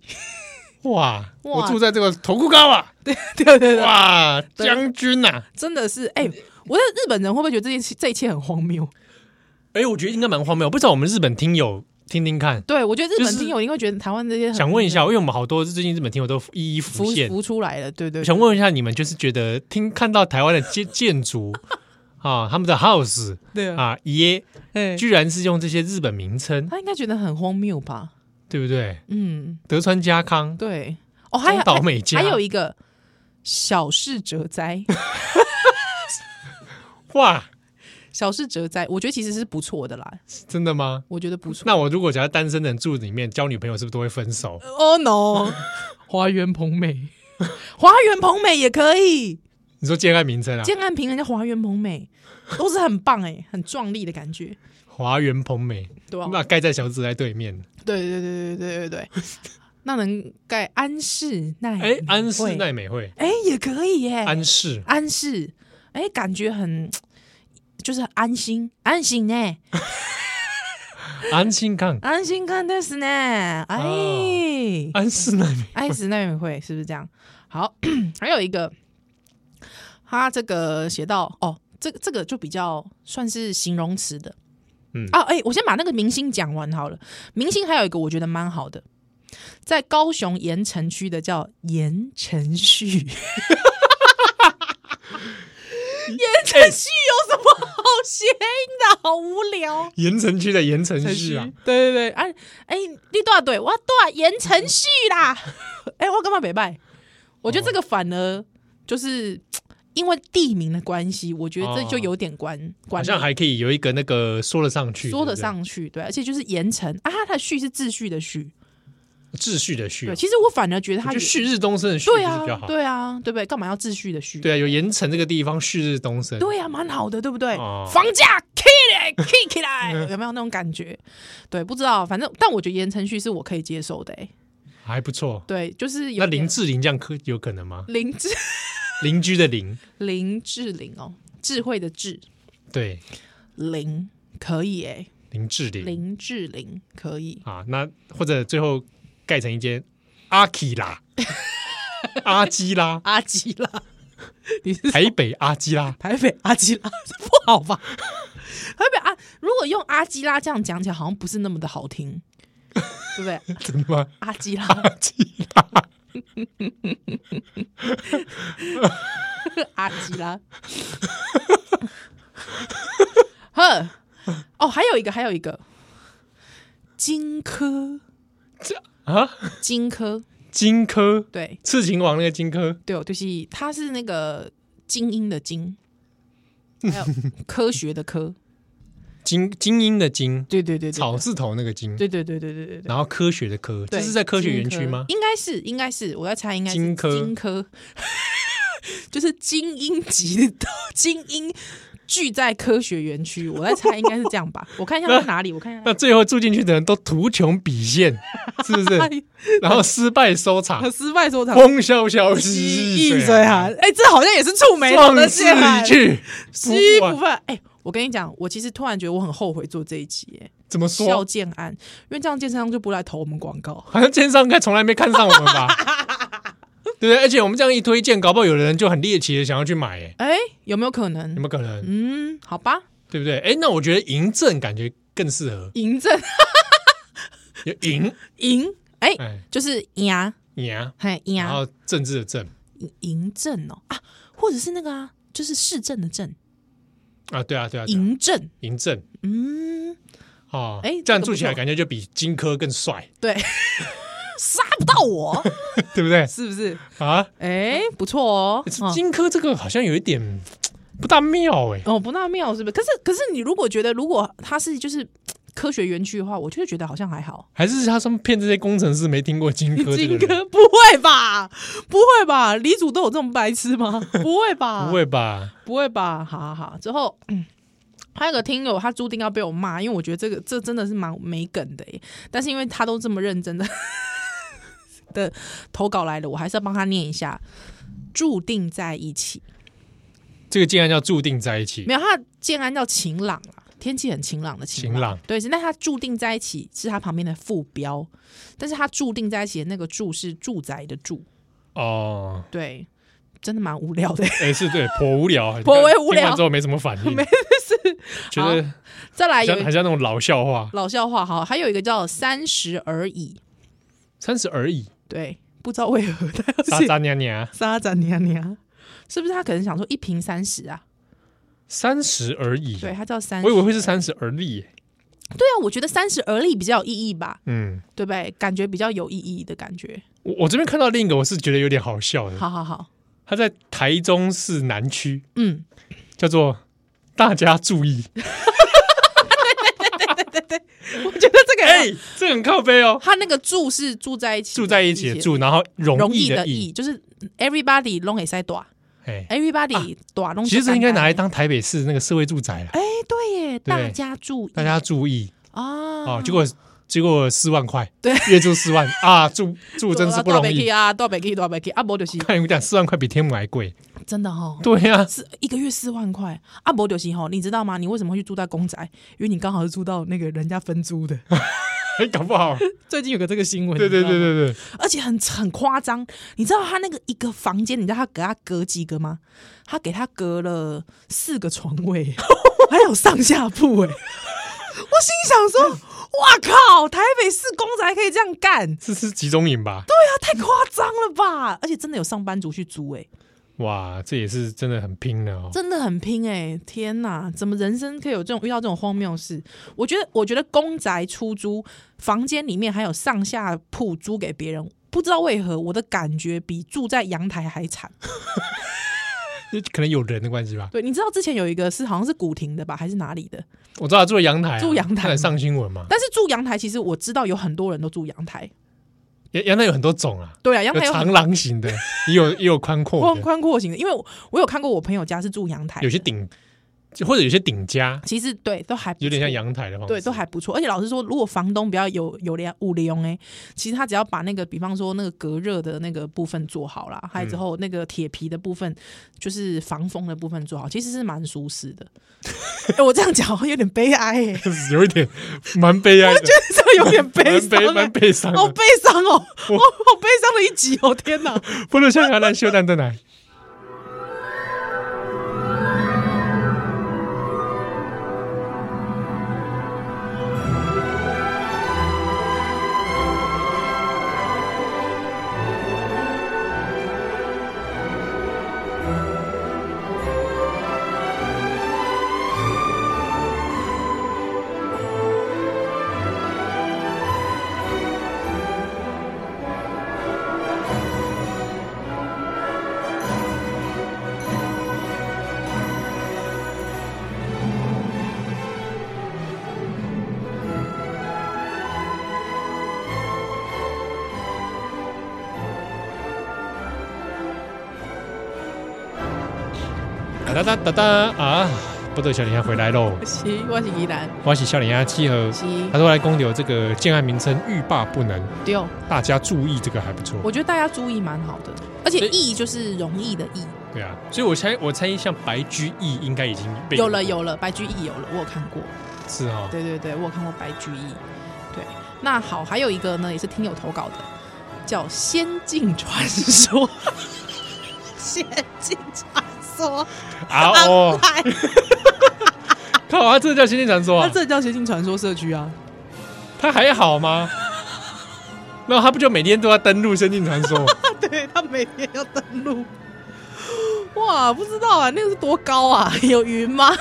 Speaker 2: 哇，
Speaker 1: 哇
Speaker 2: 我住在这个头骨高啊，
Speaker 1: 对对对，
Speaker 2: 哇，将军啊呐，
Speaker 1: 真的是，哎、我觉得日本人会不会觉得这件事这一切很荒谬？
Speaker 2: 哎，我觉得应该蛮荒谬，不知道我们日本听友听听看。
Speaker 1: 对，我觉得日
Speaker 2: 就
Speaker 1: 本
Speaker 2: 是
Speaker 1: 听友应该觉得台湾这些很
Speaker 2: 想问一下，因为我们好多最近日本听友都一一
Speaker 1: 浮
Speaker 2: 浮现，
Speaker 1: 浮出来了，对对
Speaker 2: 想问一下你们，就是觉得听看到台湾的建 <laughs> 建筑啊，他们的 house
Speaker 1: 对，
Speaker 2: 啊，耶，
Speaker 1: 哎、
Speaker 2: 居然是用这些日本名称，
Speaker 1: 他应该觉得很荒谬吧？
Speaker 2: 对不对？
Speaker 1: 嗯，
Speaker 2: 德川家康、
Speaker 1: 对，哦，还
Speaker 2: 中
Speaker 1: 有
Speaker 2: 岛美嘉，
Speaker 1: 还有一个小事哲哉，
Speaker 2: 哇，
Speaker 1: 小事哲哉，我觉得其实是不错的啦，
Speaker 2: 真的吗？
Speaker 1: 我觉得不错。
Speaker 2: 那我如果假如单身的人住里面交女朋友，是不是都会分手？
Speaker 1: Oh
Speaker 2: <laughs>
Speaker 1: no，花园蓬美， <laughs> 花园蓬美也可以。
Speaker 2: 你说建案名称啊？
Speaker 1: 欸建安平人家华园萌美，都是很棒哎、很壮丽的感觉。
Speaker 2: 华园蓬美，
Speaker 1: 对吧？
Speaker 2: 那盖在小紫在对面。
Speaker 1: 对对对对对对对对， <laughs> 那能盖安室奈
Speaker 2: 哎，安室
Speaker 1: 惠
Speaker 2: 奈美惠，
Speaker 1: 哎也可以耶，
Speaker 2: 安室
Speaker 1: 安室哎感觉很就是很安心安心呢，
Speaker 2: 安心康，
Speaker 1: 安心看的是呢，
Speaker 2: 啊
Speaker 1: 哎、
Speaker 2: 哦安室奈美，
Speaker 1: 爱死哎那美会是不是这样？好，还有一个，他这个写到哦，这个这个就比较算是形容词的，
Speaker 2: 嗯
Speaker 1: 啊，哎、我先把那个明星讲完好了。明星还有一个我觉得蛮好的，在高雄盐城区的叫盐城旭，盐城旭有什么好谐音的？好无聊。
Speaker 2: 盐城区的盐城
Speaker 1: 程
Speaker 2: 市啊，
Speaker 1: 对对对，啊，哎、你多少对，我多少言程序啦， <laughs> 哎、我干嘛没拜？我觉得这个反而就是嘖因为地名的关系，我觉得这就有点关、
Speaker 2: 哦好
Speaker 1: 关
Speaker 2: 像还可以有一个那个说得上去，
Speaker 1: 说得
Speaker 2: 对
Speaker 1: 上去，对，而且就是盐城啊，它的序是秩序的序，
Speaker 2: 不对秩序的序
Speaker 1: 对，
Speaker 2: 啊，
Speaker 1: 其实我反而觉得它
Speaker 2: 就
Speaker 1: 有
Speaker 2: 旭日东升的旭不
Speaker 1: 对
Speaker 2: 是
Speaker 1: 啊
Speaker 2: 比较，好。
Speaker 1: 对啊，对不对？干嘛要秩序的序？
Speaker 2: 对啊，有盐城这个地方旭日东升，
Speaker 1: 对啊，蛮好的，对不对？
Speaker 2: 哦
Speaker 1: 房价 k 来 k 起来， <laughs> 有没有那种感觉？对，不知道，反正但我觉得言程序是我可以接受的、哎，
Speaker 2: 还不错。
Speaker 1: 对，就是有
Speaker 2: 那林
Speaker 1: 点
Speaker 2: 志玲这样可有可能吗？
Speaker 1: 林志
Speaker 2: 邻居的邻，
Speaker 1: 林志玲哦，智慧的智
Speaker 2: 对，
Speaker 1: 玲可以哎、
Speaker 2: 林志玲
Speaker 1: 林志玲可以，
Speaker 2: 啊，那或者最后盖成一间阿基
Speaker 1: <laughs>
Speaker 2: 拉，阿基拉，
Speaker 1: 阿基拉， <laughs> 你是
Speaker 2: 台北阿基拉，
Speaker 1: 台北阿基拉这不好吧？台北阿如果用阿基拉这样讲起来，好像不是那么的好听，对不对？
Speaker 2: 真的吗？
Speaker 1: 阿基拉， <laughs>
Speaker 2: 阿基拉，
Speaker 1: 阿基 <laughs> 拉，呵，哦，还有一个，还有一个，荆轲，
Speaker 2: 啊，
Speaker 1: 荆轲，
Speaker 2: 荆轲，
Speaker 1: 对，
Speaker 2: 刺秦王那个荆轲，
Speaker 1: 对哦，就是他是那个精英的精，还
Speaker 2: <laughs>
Speaker 1: 有科学的科，
Speaker 2: 精精英的精，
Speaker 1: 对对对对，
Speaker 2: 草字头那个精，
Speaker 1: 对对对对对对对。
Speaker 2: 然后科学的科，这
Speaker 1: 对
Speaker 2: 是在科学园区吗？
Speaker 1: 应该是，应该是，我在猜，应该是
Speaker 2: 荆轲
Speaker 1: 荆轲， <laughs> 就是精英级的 <laughs> 精英聚在科学园区，我在猜应该是这样
Speaker 2: <laughs>
Speaker 1: 吧。我看一下在哪里，我看一下
Speaker 2: 那最后住进去的人都图穷匕现，是不
Speaker 1: 在 <laughs>
Speaker 2: 是？然后失败收场
Speaker 1: 哪里。，失败收场，
Speaker 2: 风萧萧兮
Speaker 1: 西
Speaker 2: 易
Speaker 1: 易
Speaker 2: 水
Speaker 1: 水
Speaker 2: 寒，
Speaker 1: 寒。哎，这好像也是触眉头
Speaker 2: 壮
Speaker 1: 的
Speaker 2: 士
Speaker 1: 谢寒
Speaker 2: 一，去
Speaker 1: 西
Speaker 2: 不
Speaker 1: 不犯。哎，我跟你讲，我其实突然觉得我很后悔做这一集，哎。
Speaker 2: 怎么
Speaker 1: 肖
Speaker 2: 说？
Speaker 1: 建安，因为这样建商就不来投我们广告。
Speaker 2: 好像奸商应该从来没看上我们吧？
Speaker 1: <laughs>
Speaker 2: 对不对？而且我们这样一推荐，搞不好有的人就很猎奇的想要去买，哎，
Speaker 1: 哎、有没有可
Speaker 2: 有
Speaker 1: 能
Speaker 2: 没？有可能？
Speaker 1: 嗯，好吧，
Speaker 2: 对不对？哎，那我觉得嬴政感觉更适合，
Speaker 1: 嬴政
Speaker 2: 有嬴，
Speaker 1: 嬴，哎、
Speaker 2: 哎，
Speaker 1: 就是牙，
Speaker 2: 嬴，
Speaker 1: 嘿
Speaker 2: 然
Speaker 1: 牙，
Speaker 2: 后政治的政
Speaker 1: 嬴政哦啊，或者是那个啊，就是市政的政，
Speaker 2: 啊，对啊，对啊，对啊
Speaker 1: 嬴政，
Speaker 2: 嬴政
Speaker 1: 嗯，
Speaker 2: 哦，
Speaker 1: 哎
Speaker 2: 这
Speaker 1: 这
Speaker 2: 样
Speaker 1: 个
Speaker 2: 住起来
Speaker 1: 不错
Speaker 2: 感觉就比荆轲更帅， <laughs>
Speaker 1: <laughs> 对，杀不到我，
Speaker 2: 对不对？
Speaker 1: 是不是？
Speaker 2: 啊，
Speaker 1: 哎、不错
Speaker 2: <laughs>
Speaker 1: 哦，哦
Speaker 2: 荆轲这个好像有一点嗯不大妙哎，
Speaker 1: 哦，不那妙是不是？可是可是你如果觉得如果他是就是科学园区的话，我就会觉得好像还好。
Speaker 2: 还是他们骗这些工程师没听过荆轲这
Speaker 1: 荆
Speaker 2: 个人？
Speaker 1: 轲不会吧？不会吧？李主都有这种白痴吗？ <laughs> 不会吧？
Speaker 2: 不会吧？
Speaker 1: 不会吧？好好好，之后。 <clears throat> 嗯还有个听友，他注定要被我骂，因为我觉得这个这真的是蛮没梗的耶。欸但是因为他都这么认真的 <laughs> 的投稿来了，我还是要帮他念一下。注定在一起，
Speaker 2: 这个竟然叫注定在一起，
Speaker 1: 没有他建安叫晴朗啊，天气很晴朗的晴
Speaker 2: 晴
Speaker 1: 朗。
Speaker 2: 朗
Speaker 1: 对，是那他注定在一起是他旁边的副标，但是他注定在一起的那个住是住宅的住，
Speaker 2: 哦，
Speaker 1: 对，真的蛮无聊的。 <laughs>
Speaker 2: <laughs> 哎，是对，颇无聊，
Speaker 1: 颇为无聊
Speaker 2: 听完之后没什么
Speaker 1: <laughs>
Speaker 2: 反应，没是觉得
Speaker 1: 再来
Speaker 2: 很
Speaker 1: 有
Speaker 2: 像
Speaker 1: 一
Speaker 2: 很像那种老笑话，
Speaker 1: 老笑话，好，还有一个叫三十而已，
Speaker 2: 三十而已，
Speaker 1: 对，不知道为何他要
Speaker 2: 渣
Speaker 1: 写
Speaker 2: 渣娘娘，
Speaker 1: 沙展娘娘，是不是他可能想说一瓶三十啊？
Speaker 2: 三十而已，
Speaker 1: 对，他叫三十，
Speaker 2: 我以
Speaker 1: 对
Speaker 2: 为会是三十而立，哎
Speaker 1: 啊，我觉得三十而立比较有意义吧，
Speaker 2: 嗯。
Speaker 1: 对不对？感觉比较有意义的感觉。
Speaker 2: 我我这边看到另一个，我是觉得有点好笑的。
Speaker 1: 好好好， <laughs>
Speaker 2: 他在台中市南区，
Speaker 1: 嗯，
Speaker 2: 叫做“大家
Speaker 1: <laughs>
Speaker 2: 注意
Speaker 1: 我觉得这”，个人、
Speaker 2: 哎、这个很靠背哦，
Speaker 1: 他那个住是住在一起，
Speaker 2: 住在一起的住，然后容
Speaker 1: 容
Speaker 2: 易
Speaker 1: 易
Speaker 2: 的
Speaker 1: 的
Speaker 2: 易，
Speaker 1: 易，就是 everybody long 也塞短，
Speaker 2: 哎，
Speaker 1: ，everybody 大拢
Speaker 2: 啊其实应该拿来当台北市那个社会住宅了，
Speaker 1: 哎，对耶，
Speaker 2: 对
Speaker 1: 大家注意
Speaker 2: 大家注意
Speaker 1: 啊
Speaker 2: 哦。结果结果四万块，
Speaker 1: 对，
Speaker 2: 月租四万啊，住住真是不容易。哦
Speaker 1: 啊，大北 K 大北 K 啊，无就是
Speaker 2: 看你们讲四万块比天母还贵，
Speaker 1: 真的哈，
Speaker 2: 对呀、 <laughs>
Speaker 1: 是一个月四万块啊，无就是吼，你知道吗？你为什么会去住在公宅？因为你刚好是住到那个人家分租的。 <laughs>
Speaker 2: 哎，搞不好，
Speaker 1: 最近有个这个新闻，
Speaker 2: 对对
Speaker 1: 你知道
Speaker 2: 对
Speaker 1: 吗，
Speaker 2: 对对，
Speaker 1: 而且很很夸张。你知道他那个一个房间，你知道他给他隔几个吗？他给他隔了四个床
Speaker 2: <laughs>
Speaker 1: 位，还有上下铺哎、我心想
Speaker 2: <laughs>
Speaker 1: 说，哇靠！台北市公宅可以这样干，
Speaker 2: 这是集中营吧？
Speaker 1: 那太夸张了吧！而且真的有上班族去租哎、
Speaker 2: 哇，这也是真的很拼的哦。
Speaker 1: 真的很拼哎、天哪，怎么人生可以有这种遇到这种荒谬的事？我觉得，我觉得公宅出租房间里面还有上下铺租给别人，不知道为何我的感觉比住在阳台还惨。 <laughs>
Speaker 2: 可能有人的关系吧。
Speaker 1: 对，你知道之前有一个是好像是古亭的吧，还是哪里的？
Speaker 2: 我知道他住阳台啊、
Speaker 1: 住阳台
Speaker 2: 他来上新闻嘛。
Speaker 1: 但是住阳台，其实我知道有很多人都住阳台。
Speaker 2: 阳阳台有很多种啊，
Speaker 1: 对啊，阳
Speaker 2: 有
Speaker 1: 台有很
Speaker 2: 长廊型的，
Speaker 1: <laughs>
Speaker 2: 也有也有宽阔
Speaker 1: 宽
Speaker 2: 的，
Speaker 1: 宽阔型的，因为我我有看过我朋友家是住阳台
Speaker 2: 有，些顶或者有些顶加，
Speaker 1: 其实对都还不
Speaker 2: 有点
Speaker 1: 错
Speaker 2: 像阳台的方式。
Speaker 1: 对，都还不错。而且老实说，如果房东比较有有良有良哎，其实他只要把那个，比方说那个隔热的那个部分做好啦，
Speaker 2: 嗯
Speaker 1: 还有之后那个铁皮的部分，就是防风的部分做好，其实是蛮舒适的。 <laughs> 哎，我这样讲好像有点悲哀哎、欸，
Speaker 2: <laughs>
Speaker 1: <laughs>
Speaker 2: 有一点蛮悲哀的，
Speaker 1: 这有点悲
Speaker 2: 蛮
Speaker 1: 伤、
Speaker 2: 悲
Speaker 1: 欸
Speaker 2: 蛮。悲伤
Speaker 1: 好
Speaker 2: 的。
Speaker 1: 悲伤哦，我 <laughs> 好悲伤的一集哦，天哪！
Speaker 2: 不如像阿兰修蛋的奶。哒哒哒哒啊！不得小林鸭回来喽，
Speaker 1: 是，我是依然，
Speaker 2: 我是小林鸭集合。
Speaker 1: 是
Speaker 2: 他说来公牛这个建案名称欲罢不能，
Speaker 1: 丢。
Speaker 2: 大家注意这个还不错。
Speaker 1: 哦我觉得大家注意蛮好的，而且
Speaker 2: 所以
Speaker 1: 易就是容易的易，
Speaker 2: 对啊，所以我猜我猜像白居易应该已经被
Speaker 1: 有了有了，白居易有了，我有看过。
Speaker 2: 是哈、哦，
Speaker 1: 对对对，我有看过白居易。对，那好，还有一个呢，也是听友投稿的，叫《仙境传说》。 <laughs> 仙境传说，
Speaker 2: 啊
Speaker 1: 哦 <laughs>
Speaker 2: 哦，，靠啊，这叫仙境传说
Speaker 1: 那 <laughs>
Speaker 2: 啊，
Speaker 1: 这叫仙境传说社区 <laughs> 啊？
Speaker 2: 他还好吗？那他不就每天都要登录仙境传
Speaker 1: <laughs>
Speaker 2: 说？
Speaker 1: 啊对他每天要登录。哇，不知道啊，那个是多高啊？ <laughs> 有云吗？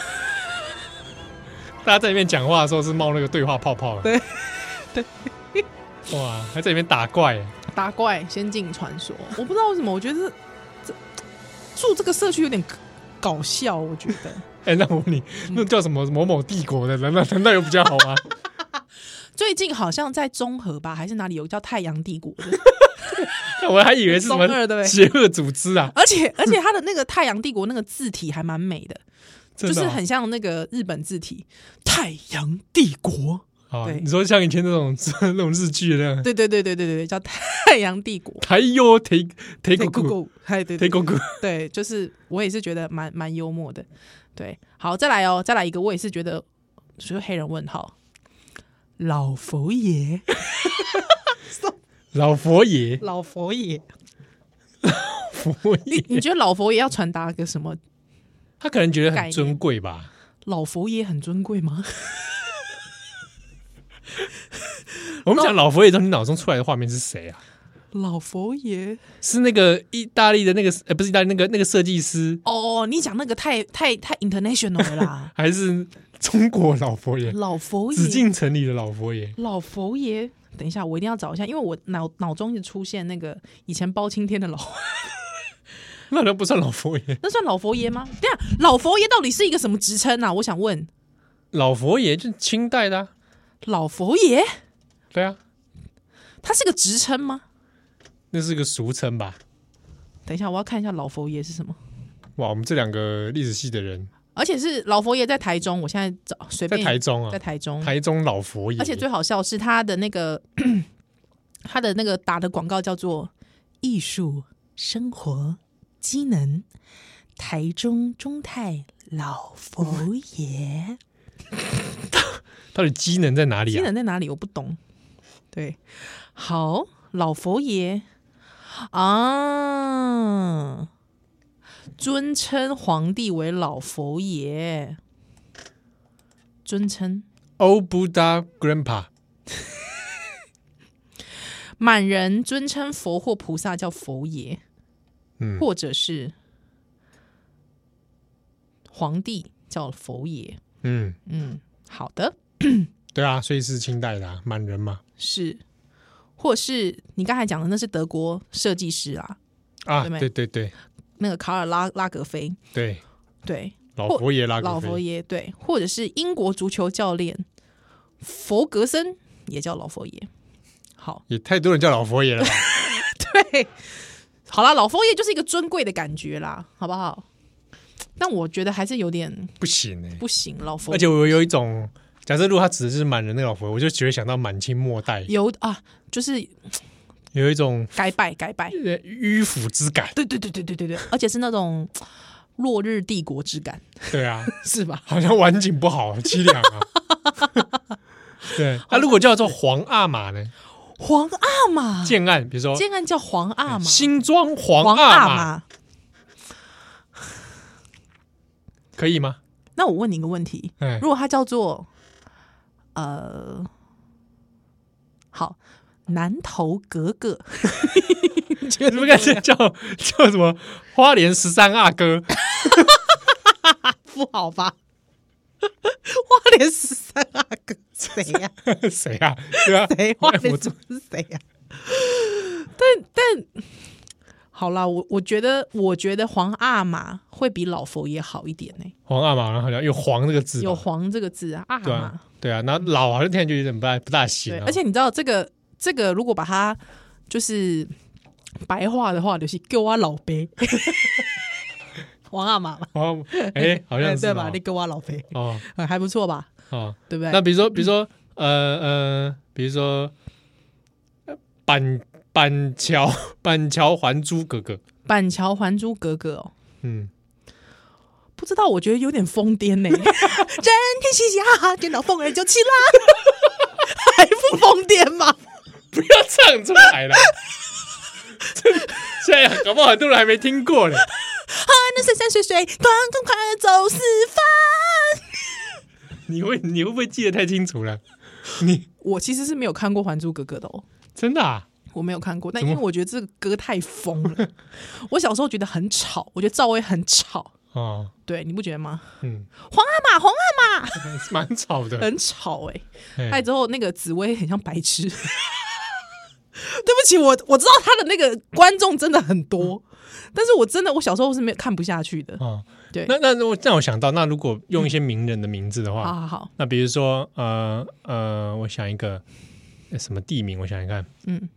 Speaker 2: 大家在里面讲话的时候是冒那个对话泡泡的，
Speaker 1: 对
Speaker 2: 对，哇，还在里面打怪，
Speaker 1: 打怪《仙境传说》，我不知道为什么，我觉得这这住这个社区有点搞笑，我觉得。
Speaker 2: 哎、那我问你，那叫什么某某帝国的？难道难道有比较好吗？
Speaker 1: <laughs> 最近好像在中和吧，还是哪里有个叫太阳帝国的，
Speaker 2: <laughs> 我还以为是什么
Speaker 1: 中二对不对
Speaker 2: 邪恶组织啊，
Speaker 1: 而且而且它的那个太阳帝国那个字体还蛮美 <laughs> 的，啊
Speaker 2: 真
Speaker 1: <laughs> 就
Speaker 2: 的
Speaker 1: 是
Speaker 2: 哦
Speaker 1: 很像那个日本字体“太阳帝国
Speaker 2: 哦
Speaker 1: 对
Speaker 2: 你说像以前那种 <laughs> 那种日剧那”。
Speaker 1: <laughs>
Speaker 2: 样，
Speaker 1: 对对对对对对对，叫太阳帝国。
Speaker 2: 台哟提提国
Speaker 1: 酷
Speaker 2: 国
Speaker 1: 酷，嗨，哎对
Speaker 2: 提
Speaker 1: 对
Speaker 2: 国国，
Speaker 1: 对，就是我也是觉得蛮蛮幽默的。对，好，再来哦，再来一个，我也是觉得，所以黑人问号，老佛爷，
Speaker 2: 老佛
Speaker 1: <laughs>
Speaker 2: 爷，
Speaker 1: 老佛爷，
Speaker 2: 佛爷，
Speaker 1: 你觉得老佛爷要传达个什么？
Speaker 2: 他可能觉得
Speaker 1: 概
Speaker 2: 很
Speaker 1: 念
Speaker 2: 尊贵吧？
Speaker 1: 老佛爷很尊贵吗？
Speaker 2: 我们讲老佛爷从你脑中出来的画面是谁啊？
Speaker 1: 老佛爷
Speaker 2: 是那个意大利的那个，呃，不是意大利那个那个设计师，，
Speaker 1: 哦，你讲那个太太太 international 了啦
Speaker 2: 还是中国老佛爷？
Speaker 1: 老佛
Speaker 2: 紫
Speaker 1: 爷，
Speaker 2: 禁城里的老佛爷，
Speaker 1: 老佛爷。等一下，我一定要找一下，因为我脑脑中一直出现那个以前包青天的老， <laughs>。
Speaker 2: 那都不算老佛爷
Speaker 1: 那算老佛爷吗？对啊，老佛爷到底是一个什么职称啊？我想问，
Speaker 2: 老佛爷就是清代的、啊，
Speaker 1: 老佛爷
Speaker 2: 对啊，
Speaker 1: 他是个职称吗？
Speaker 2: 那是个俗称吧？
Speaker 1: 等一下，我要看一下老佛爷是什么。
Speaker 2: 哇，我们这两个历史系的人
Speaker 1: 而且是老佛爷在台中，我现在找随
Speaker 2: 在
Speaker 1: 便
Speaker 2: 台中
Speaker 1: 在
Speaker 2: 啊，
Speaker 1: 台中，
Speaker 2: 台中老佛爷，
Speaker 1: 而且最好笑是他的那个他的那个打的广告叫做“艺术生活机能台中中泰老佛爷
Speaker 2: 到底机能在哪”，里
Speaker 1: 机
Speaker 2: 啊？
Speaker 1: 能在哪里？我不懂。对，好，老佛爷啊，尊称皇帝为老佛爷，尊称。
Speaker 2: 欧布达 Grandpa
Speaker 1: 满人尊称佛或菩萨叫佛爷，
Speaker 2: 嗯
Speaker 1: 或者是皇帝叫佛爷。
Speaker 2: 嗯，
Speaker 1: 嗯，好的，
Speaker 2: 对啊，所以是清代的啊满、人嘛
Speaker 1: 是，或是你刚才讲的那是德国设计师啊，
Speaker 2: 啊，
Speaker 1: 对没
Speaker 2: 对对对
Speaker 1: 那个卡尔拉拉格菲，
Speaker 2: 对，
Speaker 1: 对，
Speaker 2: 老佛爷拉格
Speaker 1: 老
Speaker 2: 菲
Speaker 1: 佛爷，对，或者是英国足球教练佛格森也叫老佛爷。好，
Speaker 2: 也太多人叫老佛爷了吧？ <laughs>
Speaker 1: 对，好啦，老佛爷就是一个尊贵的感觉啦，好不好？但我觉得还是有点
Speaker 2: 不行哎、
Speaker 1: 不行，老佛
Speaker 2: 而且我有一种假设，如果他指的是满人那个老佛爷，我就只会想到满清末代
Speaker 1: 有啊，就是
Speaker 2: 有一种
Speaker 1: 改拜改拜，
Speaker 2: 呃迂腐之感，
Speaker 1: 对对对对对对对，而且是那种落日帝国之感，
Speaker 2: 对啊，
Speaker 1: <laughs>
Speaker 2: <laughs>
Speaker 1: 是吧？
Speaker 2: 好像晚景不好，凄凉啊。 <laughs> 对，他、如果叫做皇阿玛呢？
Speaker 1: 皇阿玛，
Speaker 2: 建案，比如说
Speaker 1: 建案叫皇阿玛，
Speaker 2: 新庄皇
Speaker 1: 皇
Speaker 2: 阿玛，
Speaker 1: 玛。
Speaker 2: 可以吗？
Speaker 1: 那我问你一个问题，
Speaker 2: 哎
Speaker 1: 如，果它叫做呃，好。南头格格，
Speaker 2: <laughs> 你们感觉叫叫什么？花莲十三阿哥， <laughs>
Speaker 1: 不好吧？花莲十三阿哥谁呀、
Speaker 2: 谁啊？对 <laughs> 啊，
Speaker 1: 谁花
Speaker 2: 我
Speaker 1: 莲
Speaker 2: 这
Speaker 1: 族是谁呀、但但好啦，我我觉得我觉得皇阿玛会比老佛爷好一点呢、
Speaker 2: 皇阿玛，然后好像有“皇”这个字吧，
Speaker 1: 有皇这个字啊，阿
Speaker 2: 对
Speaker 1: 玛
Speaker 2: 啊，对啊，然后老好像听起来就有点不大不大行
Speaker 1: 对，
Speaker 2: 啊，
Speaker 1: 而且你知道这个这个如果把它就是白话的话，就是给我老 <laughs> 杯。皇阿玛嘛，
Speaker 2: <laughs> 哦，哎，好像是
Speaker 1: <laughs> 对吧？
Speaker 2: 哦
Speaker 1: 你给我老杯，
Speaker 2: 哦
Speaker 1: 呃还不错吧？
Speaker 2: 哦，
Speaker 1: 对不对？
Speaker 2: 那比如说，比如说，呃呃，比如说，呃板板桥 <laughs> 板桥还珠格格，
Speaker 1: 板桥《还珠格格》哦，
Speaker 2: 嗯，
Speaker 1: 不知道，我觉得有点疯癫
Speaker 2: <laughs>
Speaker 1: 呢。人天嘻嘻哈哈，电脑疯人就气啦， <laughs> 还不疯癫吗？
Speaker 2: 不要唱出来了。 <laughs> 这现在搞不好很多人还没听过呢。
Speaker 1: 啊，那山山水水，团团快乐走四方。
Speaker 2: 你会你会不会记得太清楚了？ <laughs> 你
Speaker 1: 我其实是没有看过《还珠格格》的哦，
Speaker 2: 真的啊？
Speaker 1: 我没有看过，但
Speaker 2: 怎
Speaker 1: 因
Speaker 2: 么
Speaker 1: 为我觉得这个歌太疯了。 <laughs> 我小时候觉得很吵，我觉得赵薇很吵，
Speaker 2: 哦，
Speaker 1: 对，你不觉得吗？
Speaker 2: 嗯， <laughs>
Speaker 1: 皇阿玛，皇阿玛
Speaker 2: 蛮吵的。
Speaker 1: 很吵哎、
Speaker 2: 哎
Speaker 1: 哎，之后那个紫薇很像白痴。 <laughs> 对不起，我我知道他的那个观众真的很多，但是我真的我小时候是没有看不下去的。
Speaker 2: 嗯哦，
Speaker 1: 对
Speaker 2: 那那那我让我想到，那如果用一些名人的名字的话，
Speaker 1: 好好好，
Speaker 2: 那比如说，呃呃，我想一个呃什么地名？我想想看
Speaker 1: 嗯，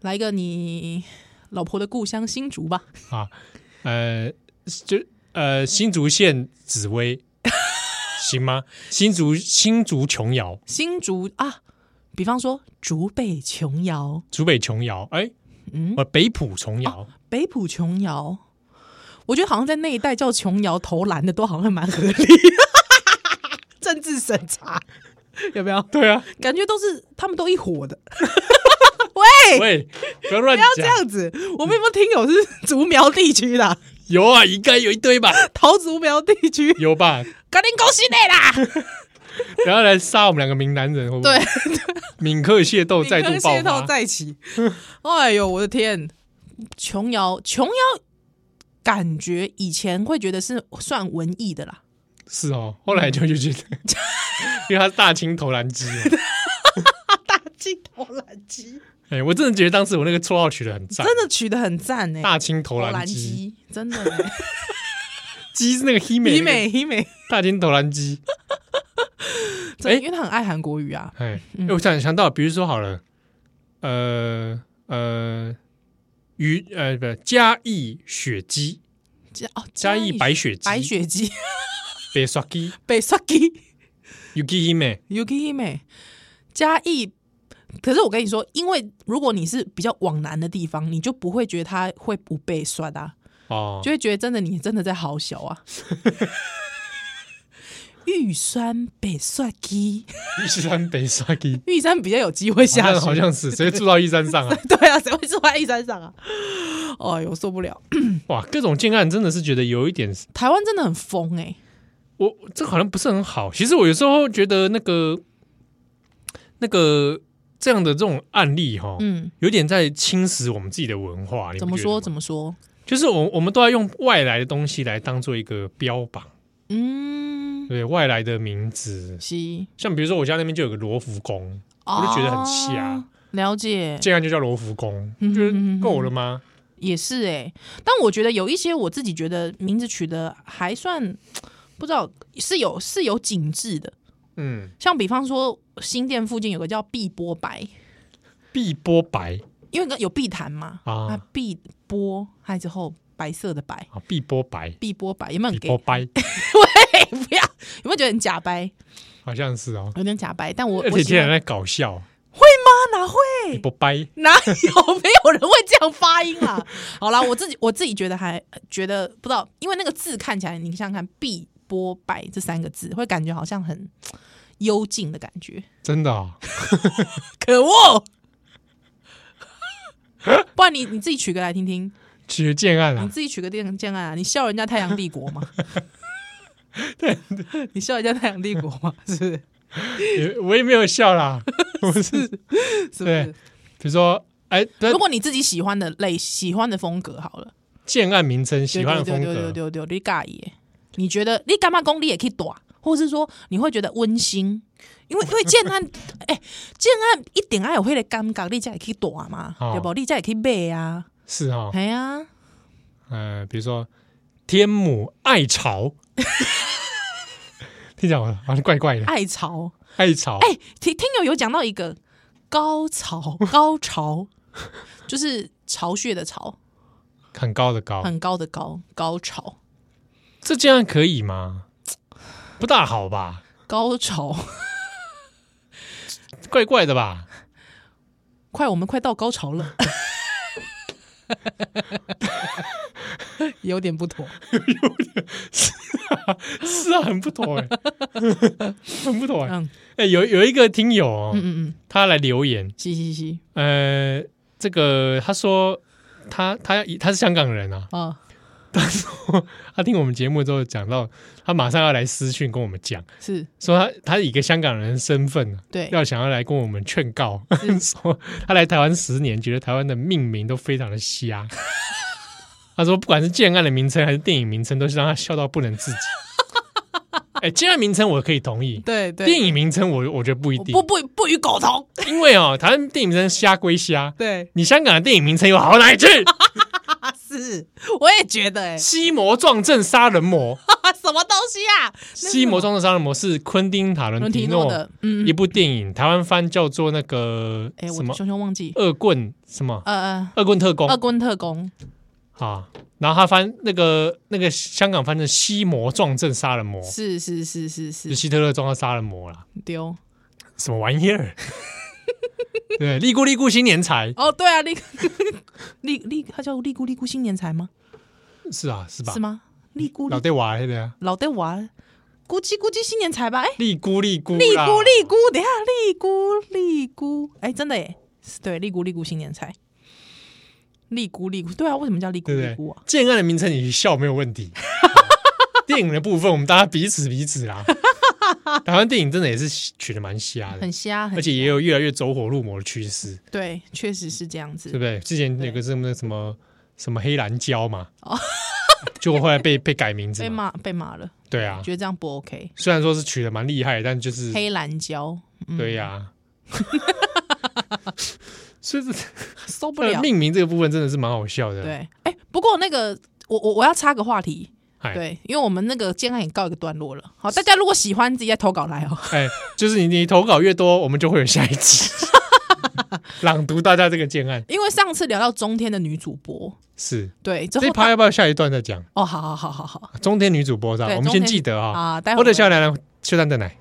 Speaker 1: 来一个你老婆的故乡新竹吧。
Speaker 2: 啊，呃，就呃新竹县
Speaker 1: <laughs>
Speaker 2: 紫薇，行吗？新竹新竹琼瑶，
Speaker 1: 新竹啊，比方说竹北琼瑶，
Speaker 2: 竹北琼瑶，哎、
Speaker 1: 嗯哦
Speaker 2: 呃北浦琼瑶，
Speaker 1: 北浦琼瑶，我觉得好像在那一带叫琼瑶投篮的都好像蛮合理。 <laughs> 政治审查有没有？
Speaker 2: 对啊，
Speaker 1: 感觉都是他们都一伙的。喂，
Speaker 2: 喂，不要
Speaker 1: 哎
Speaker 2: 乱
Speaker 1: 不要这
Speaker 2: 讲，
Speaker 1: 样子，我们有没有听友是 <laughs> 竹苗地区的啊、
Speaker 2: 有啊，应该有一堆吧，
Speaker 1: 桃竹苗地区，
Speaker 2: 有吧？
Speaker 1: 赶紧恭喜你啦！
Speaker 2: 然后来杀我们两个闽南人，会不会？
Speaker 1: 对，
Speaker 2: <laughs> 闽客械斗 <laughs>
Speaker 1: 再
Speaker 2: 再度
Speaker 1: 跟
Speaker 2: 爆
Speaker 1: 械斗
Speaker 2: 发，
Speaker 1: 在一起。哎呦，我的天！琼瑶，琼瑶，感觉以前会觉得是算文艺的
Speaker 2: <laughs>
Speaker 1: 啦，
Speaker 2: 是哦，后来就就觉得，因为他是大清投篮机、哦。
Speaker 1: 大金投篮机，
Speaker 2: <laughs> 哎、我真的觉得当时我那个绰号取得很赞，
Speaker 1: 真的取得很赞呢、
Speaker 2: 大清投
Speaker 1: 投
Speaker 2: 篮
Speaker 1: 篮
Speaker 2: 机，
Speaker 1: 机，真
Speaker 2: <laughs>
Speaker 1: 的、欸，
Speaker 2: 鸡是那个黑美，
Speaker 1: 以美以美，
Speaker 2: 大清投
Speaker 1: <laughs>
Speaker 2: 篮机。
Speaker 1: 真的，
Speaker 2: 哎
Speaker 1: 因为他很爱韩国语啊。
Speaker 2: 哎、哎我想想到，比如说好了，呃呃，于呃不，嘉义雪姬，
Speaker 1: 嘉哦
Speaker 2: 嘉义白雪鸡
Speaker 1: 白雪鸡 <laughs>
Speaker 2: 白刷鸡
Speaker 1: 北刷鸡
Speaker 2: 有鸡一美
Speaker 1: Yuki 美欸嘉义。可是我跟你说，因为如果你是比较往南的地方，你就不会觉得它会不被刷的、啊，
Speaker 2: 哦
Speaker 1: 就，会觉得真的你真的在好小啊。玉山北刷鸡，
Speaker 2: 玉山白刷鸡，
Speaker 1: 玉山比较有机会
Speaker 2: 好
Speaker 1: 下
Speaker 2: 像
Speaker 1: 去，
Speaker 2: 好像是谁住到玉山上啊？
Speaker 1: 对啊，谁会住在玉山上啊？哎呦，受不了！
Speaker 2: 哇，各种建案真的是觉得有一点，
Speaker 1: 台湾真的很疯哎、
Speaker 2: 我这好像不是很好。其实我有时候觉得那个那个这样的这种案例哈，
Speaker 1: 嗯，
Speaker 2: 有点在侵蚀我们自己的文化。
Speaker 1: 怎么说？怎
Speaker 2: 么
Speaker 1: 么说？
Speaker 2: 就是我我们都在用外来的东西来当做一个标榜，
Speaker 1: 嗯，
Speaker 2: 对外来的名字，
Speaker 1: 西，
Speaker 2: 像比如说我家那边就有个罗浮宫，
Speaker 1: 我
Speaker 2: 我就觉得很瞎。
Speaker 1: 哦了解，
Speaker 2: 建案就叫罗浮宫，
Speaker 1: 嗯
Speaker 2: 就是
Speaker 1: 嗯嗯
Speaker 2: 够了吗？
Speaker 1: 也是哎、但我觉得有一些我自己觉得名字取得还算不知道是有是有景致的，
Speaker 2: 嗯，
Speaker 1: 像比方说新店附近有个叫碧波白，
Speaker 2: 碧波白
Speaker 1: 因为有碧潭嘛，
Speaker 2: 啊
Speaker 1: 啊，碧波还之后白色的白，
Speaker 2: 啊，碧波白，
Speaker 1: 碧波白有没有
Speaker 2: 碧
Speaker 1: 很给？
Speaker 2: 波
Speaker 1: <laughs>
Speaker 2: 白，
Speaker 1: 喂，不要，有没有觉得很假白？
Speaker 2: 好像是哦。
Speaker 1: 有点假白，但我
Speaker 2: 而
Speaker 1: 我
Speaker 2: 且
Speaker 1: 喜
Speaker 2: 天然
Speaker 1: 欢
Speaker 2: 在搞笑，
Speaker 1: 啊哪会
Speaker 2: 碧波白，
Speaker 1: 哪有没有人会这样发音啊？ <laughs> 好啦，我自己我自己觉得还觉得不知道，因为那个字看起来，你想想看“碧波白”这三个字，会感觉好像很幽静的感觉。
Speaker 2: 真的哦。
Speaker 1: 可恶！不然你你自己取个来听听，
Speaker 2: 其实建案
Speaker 1: 你
Speaker 2: 啊，
Speaker 1: 自己取个电建案啊，你笑人家太阳帝国吗？对，你笑人家太阳帝国吗？是不是？
Speaker 2: 也我也没有
Speaker 1: <laughs>
Speaker 2: 笑啦。我是
Speaker 1: 是不
Speaker 2: 对
Speaker 1: 是？
Speaker 2: 比如说，哎，那
Speaker 1: 如果你自己喜欢的类、喜欢的风格，好了。
Speaker 2: 建案名称喜欢的风
Speaker 1: 对对对
Speaker 2: 格，
Speaker 1: 对对对，你尬耶？你觉得你干嘛功力也可以短，或是说你会觉得温馨？因为因为建案，哎、建案一定爱有迄个感觉，你才会去大嘛，
Speaker 2: 哦
Speaker 1: 对不？你才会去买啊，
Speaker 2: 是哦。
Speaker 1: 哎呀、
Speaker 2: 呃，比如说天母
Speaker 1: <laughs>
Speaker 2: 爱巢，听讲好像怪怪的，
Speaker 1: 爱潮。
Speaker 2: 爱巢，
Speaker 1: 哎、听听友有讲到一个高潮，高潮就是巢穴的巢，
Speaker 2: 很高的高，
Speaker 1: 很高的高，高潮，
Speaker 2: 这建案可以吗？不大好吧，
Speaker 1: 高潮，
Speaker 2: 怪怪的吧？
Speaker 1: 快，我们快到高潮了。有点不妥，
Speaker 2: 是啊，很不
Speaker 1: <laughs>
Speaker 2: 妥哎、很不妥哎、
Speaker 1: 嗯
Speaker 2: 哎、有有一个听友、哦，
Speaker 1: 嗯嗯嗯，
Speaker 2: 他来留言，
Speaker 1: 嘻嘻嘻，
Speaker 2: 呃，这个他说他他他是香港人啊，
Speaker 1: 啊，
Speaker 2: 他听我们节目之后讲到，他马上要来私讯跟我们讲，
Speaker 1: 是
Speaker 2: 说他他以一个香港人的身份啊
Speaker 1: 对，
Speaker 2: 要想要来跟我们劝告， <laughs> 说他来台湾十年，觉得台湾的命名都非常的瞎。 <laughs> 他说，不管是建案的名称还是电影名称，都是让他笑到不能自己。哎、建案名称我可以同意，
Speaker 1: <laughs> 对对，
Speaker 2: 电影名称我我觉得不一
Speaker 1: 我
Speaker 2: 定，
Speaker 1: 不不不与苟同，
Speaker 2: 因为哦，台湾电影名称瞎归瞎，
Speaker 1: 对，
Speaker 2: 你香港的电影名称有好到哪里去？
Speaker 1: <laughs>
Speaker 2: <laughs>
Speaker 1: 啊是，我也觉得哎、
Speaker 2: 西魔撞正杀人
Speaker 1: <laughs>
Speaker 2: 魔，
Speaker 1: 啊什么东西啊？
Speaker 2: 西魔撞正杀人魔是昆汀塔伦
Speaker 1: 伦
Speaker 2: 提
Speaker 1: 提
Speaker 2: 诺
Speaker 1: 诺的，嗯，
Speaker 2: 哦一部电影，台湾翻叫做那个
Speaker 1: 哎、
Speaker 2: 什
Speaker 1: 我
Speaker 2: 么哦
Speaker 1: 熊熊忘记，
Speaker 2: 恶棍什么
Speaker 1: 呃呃，
Speaker 2: 恶棍特工
Speaker 1: 二棍特工，
Speaker 2: 啊，然后他翻那个那个香港翻成西魔撞正杀人魔，
Speaker 1: 是是是是
Speaker 2: 就是希特勒撞到杀人魔啦，
Speaker 1: 丢，
Speaker 2: 什么玩意儿？ <laughs> 对，利姑利姑新年财
Speaker 1: 哦对啊，利 <laughs> 利利，他叫利姑利姑新年财吗？
Speaker 2: 是啊，是吧
Speaker 1: 是？吗？利姑
Speaker 2: 老对娃对啊，
Speaker 1: 老爹娃，咕叽咕叽新年财吧，哎、
Speaker 2: 利姑利姑
Speaker 1: 利
Speaker 2: 啦
Speaker 1: 姑利姑，等一下利姑利姑，哎、真的耶，是对，利姑利姑新年财。利姑利姑，对啊，为什么叫利姑
Speaker 2: 对
Speaker 1: 利
Speaker 2: 不
Speaker 1: 姑
Speaker 2: 对
Speaker 1: 啊？？
Speaker 2: 建案的名称你笑没有问
Speaker 1: <laughs>
Speaker 2: 题。电影的部分，我们大家彼此彼
Speaker 1: <laughs>
Speaker 2: 此啦。台湾电影真的也是取的蛮瞎的
Speaker 1: 很，瞎，很
Speaker 2: 而且也有越来越走火入魔的趋势，
Speaker 1: 对，确实是这样子
Speaker 2: 对不。对？之前有个
Speaker 1: 对
Speaker 2: 什么什么什么黑蓝胶嘛，
Speaker 1: 哦
Speaker 2: 就后来被被改名字
Speaker 1: 被
Speaker 2: 嘛，
Speaker 1: 骂被骂了，
Speaker 2: 对啊
Speaker 1: 觉。得这样不 OK。
Speaker 2: 虽然说是取的蛮厉害，但就是
Speaker 1: 黑蓝胶，嗯
Speaker 2: 对呀、 <laughs> 所以
Speaker 1: <laughs>
Speaker 2: 这呃
Speaker 1: 受嗯不了。
Speaker 2: 命名这个部分真的是蛮好笑的。
Speaker 1: 对，，哎、不过那个，我我我要插个话题，
Speaker 2: 哎，
Speaker 1: 对，因为我们那个健康也告一个段落了。好，大家如果喜欢，自己再投稿来哦。
Speaker 2: 哎，就是你你投稿越多，我们就会有下一
Speaker 1: <laughs>
Speaker 2: 集朗读大家这个建案。
Speaker 1: 因为上次聊到中天的女主播，
Speaker 2: 是
Speaker 1: 对，之
Speaker 2: 这
Speaker 1: 后
Speaker 2: 一趴要不要下一段再讲？
Speaker 1: 哦，好好好好好，
Speaker 2: 中天女主播是吧？
Speaker 1: 对
Speaker 2: 我们先
Speaker 1: 中天
Speaker 2: 记得啊，
Speaker 1: 啊，待会
Speaker 2: 我
Speaker 1: 儿
Speaker 2: 的笑脸呢，秀蛋的奶，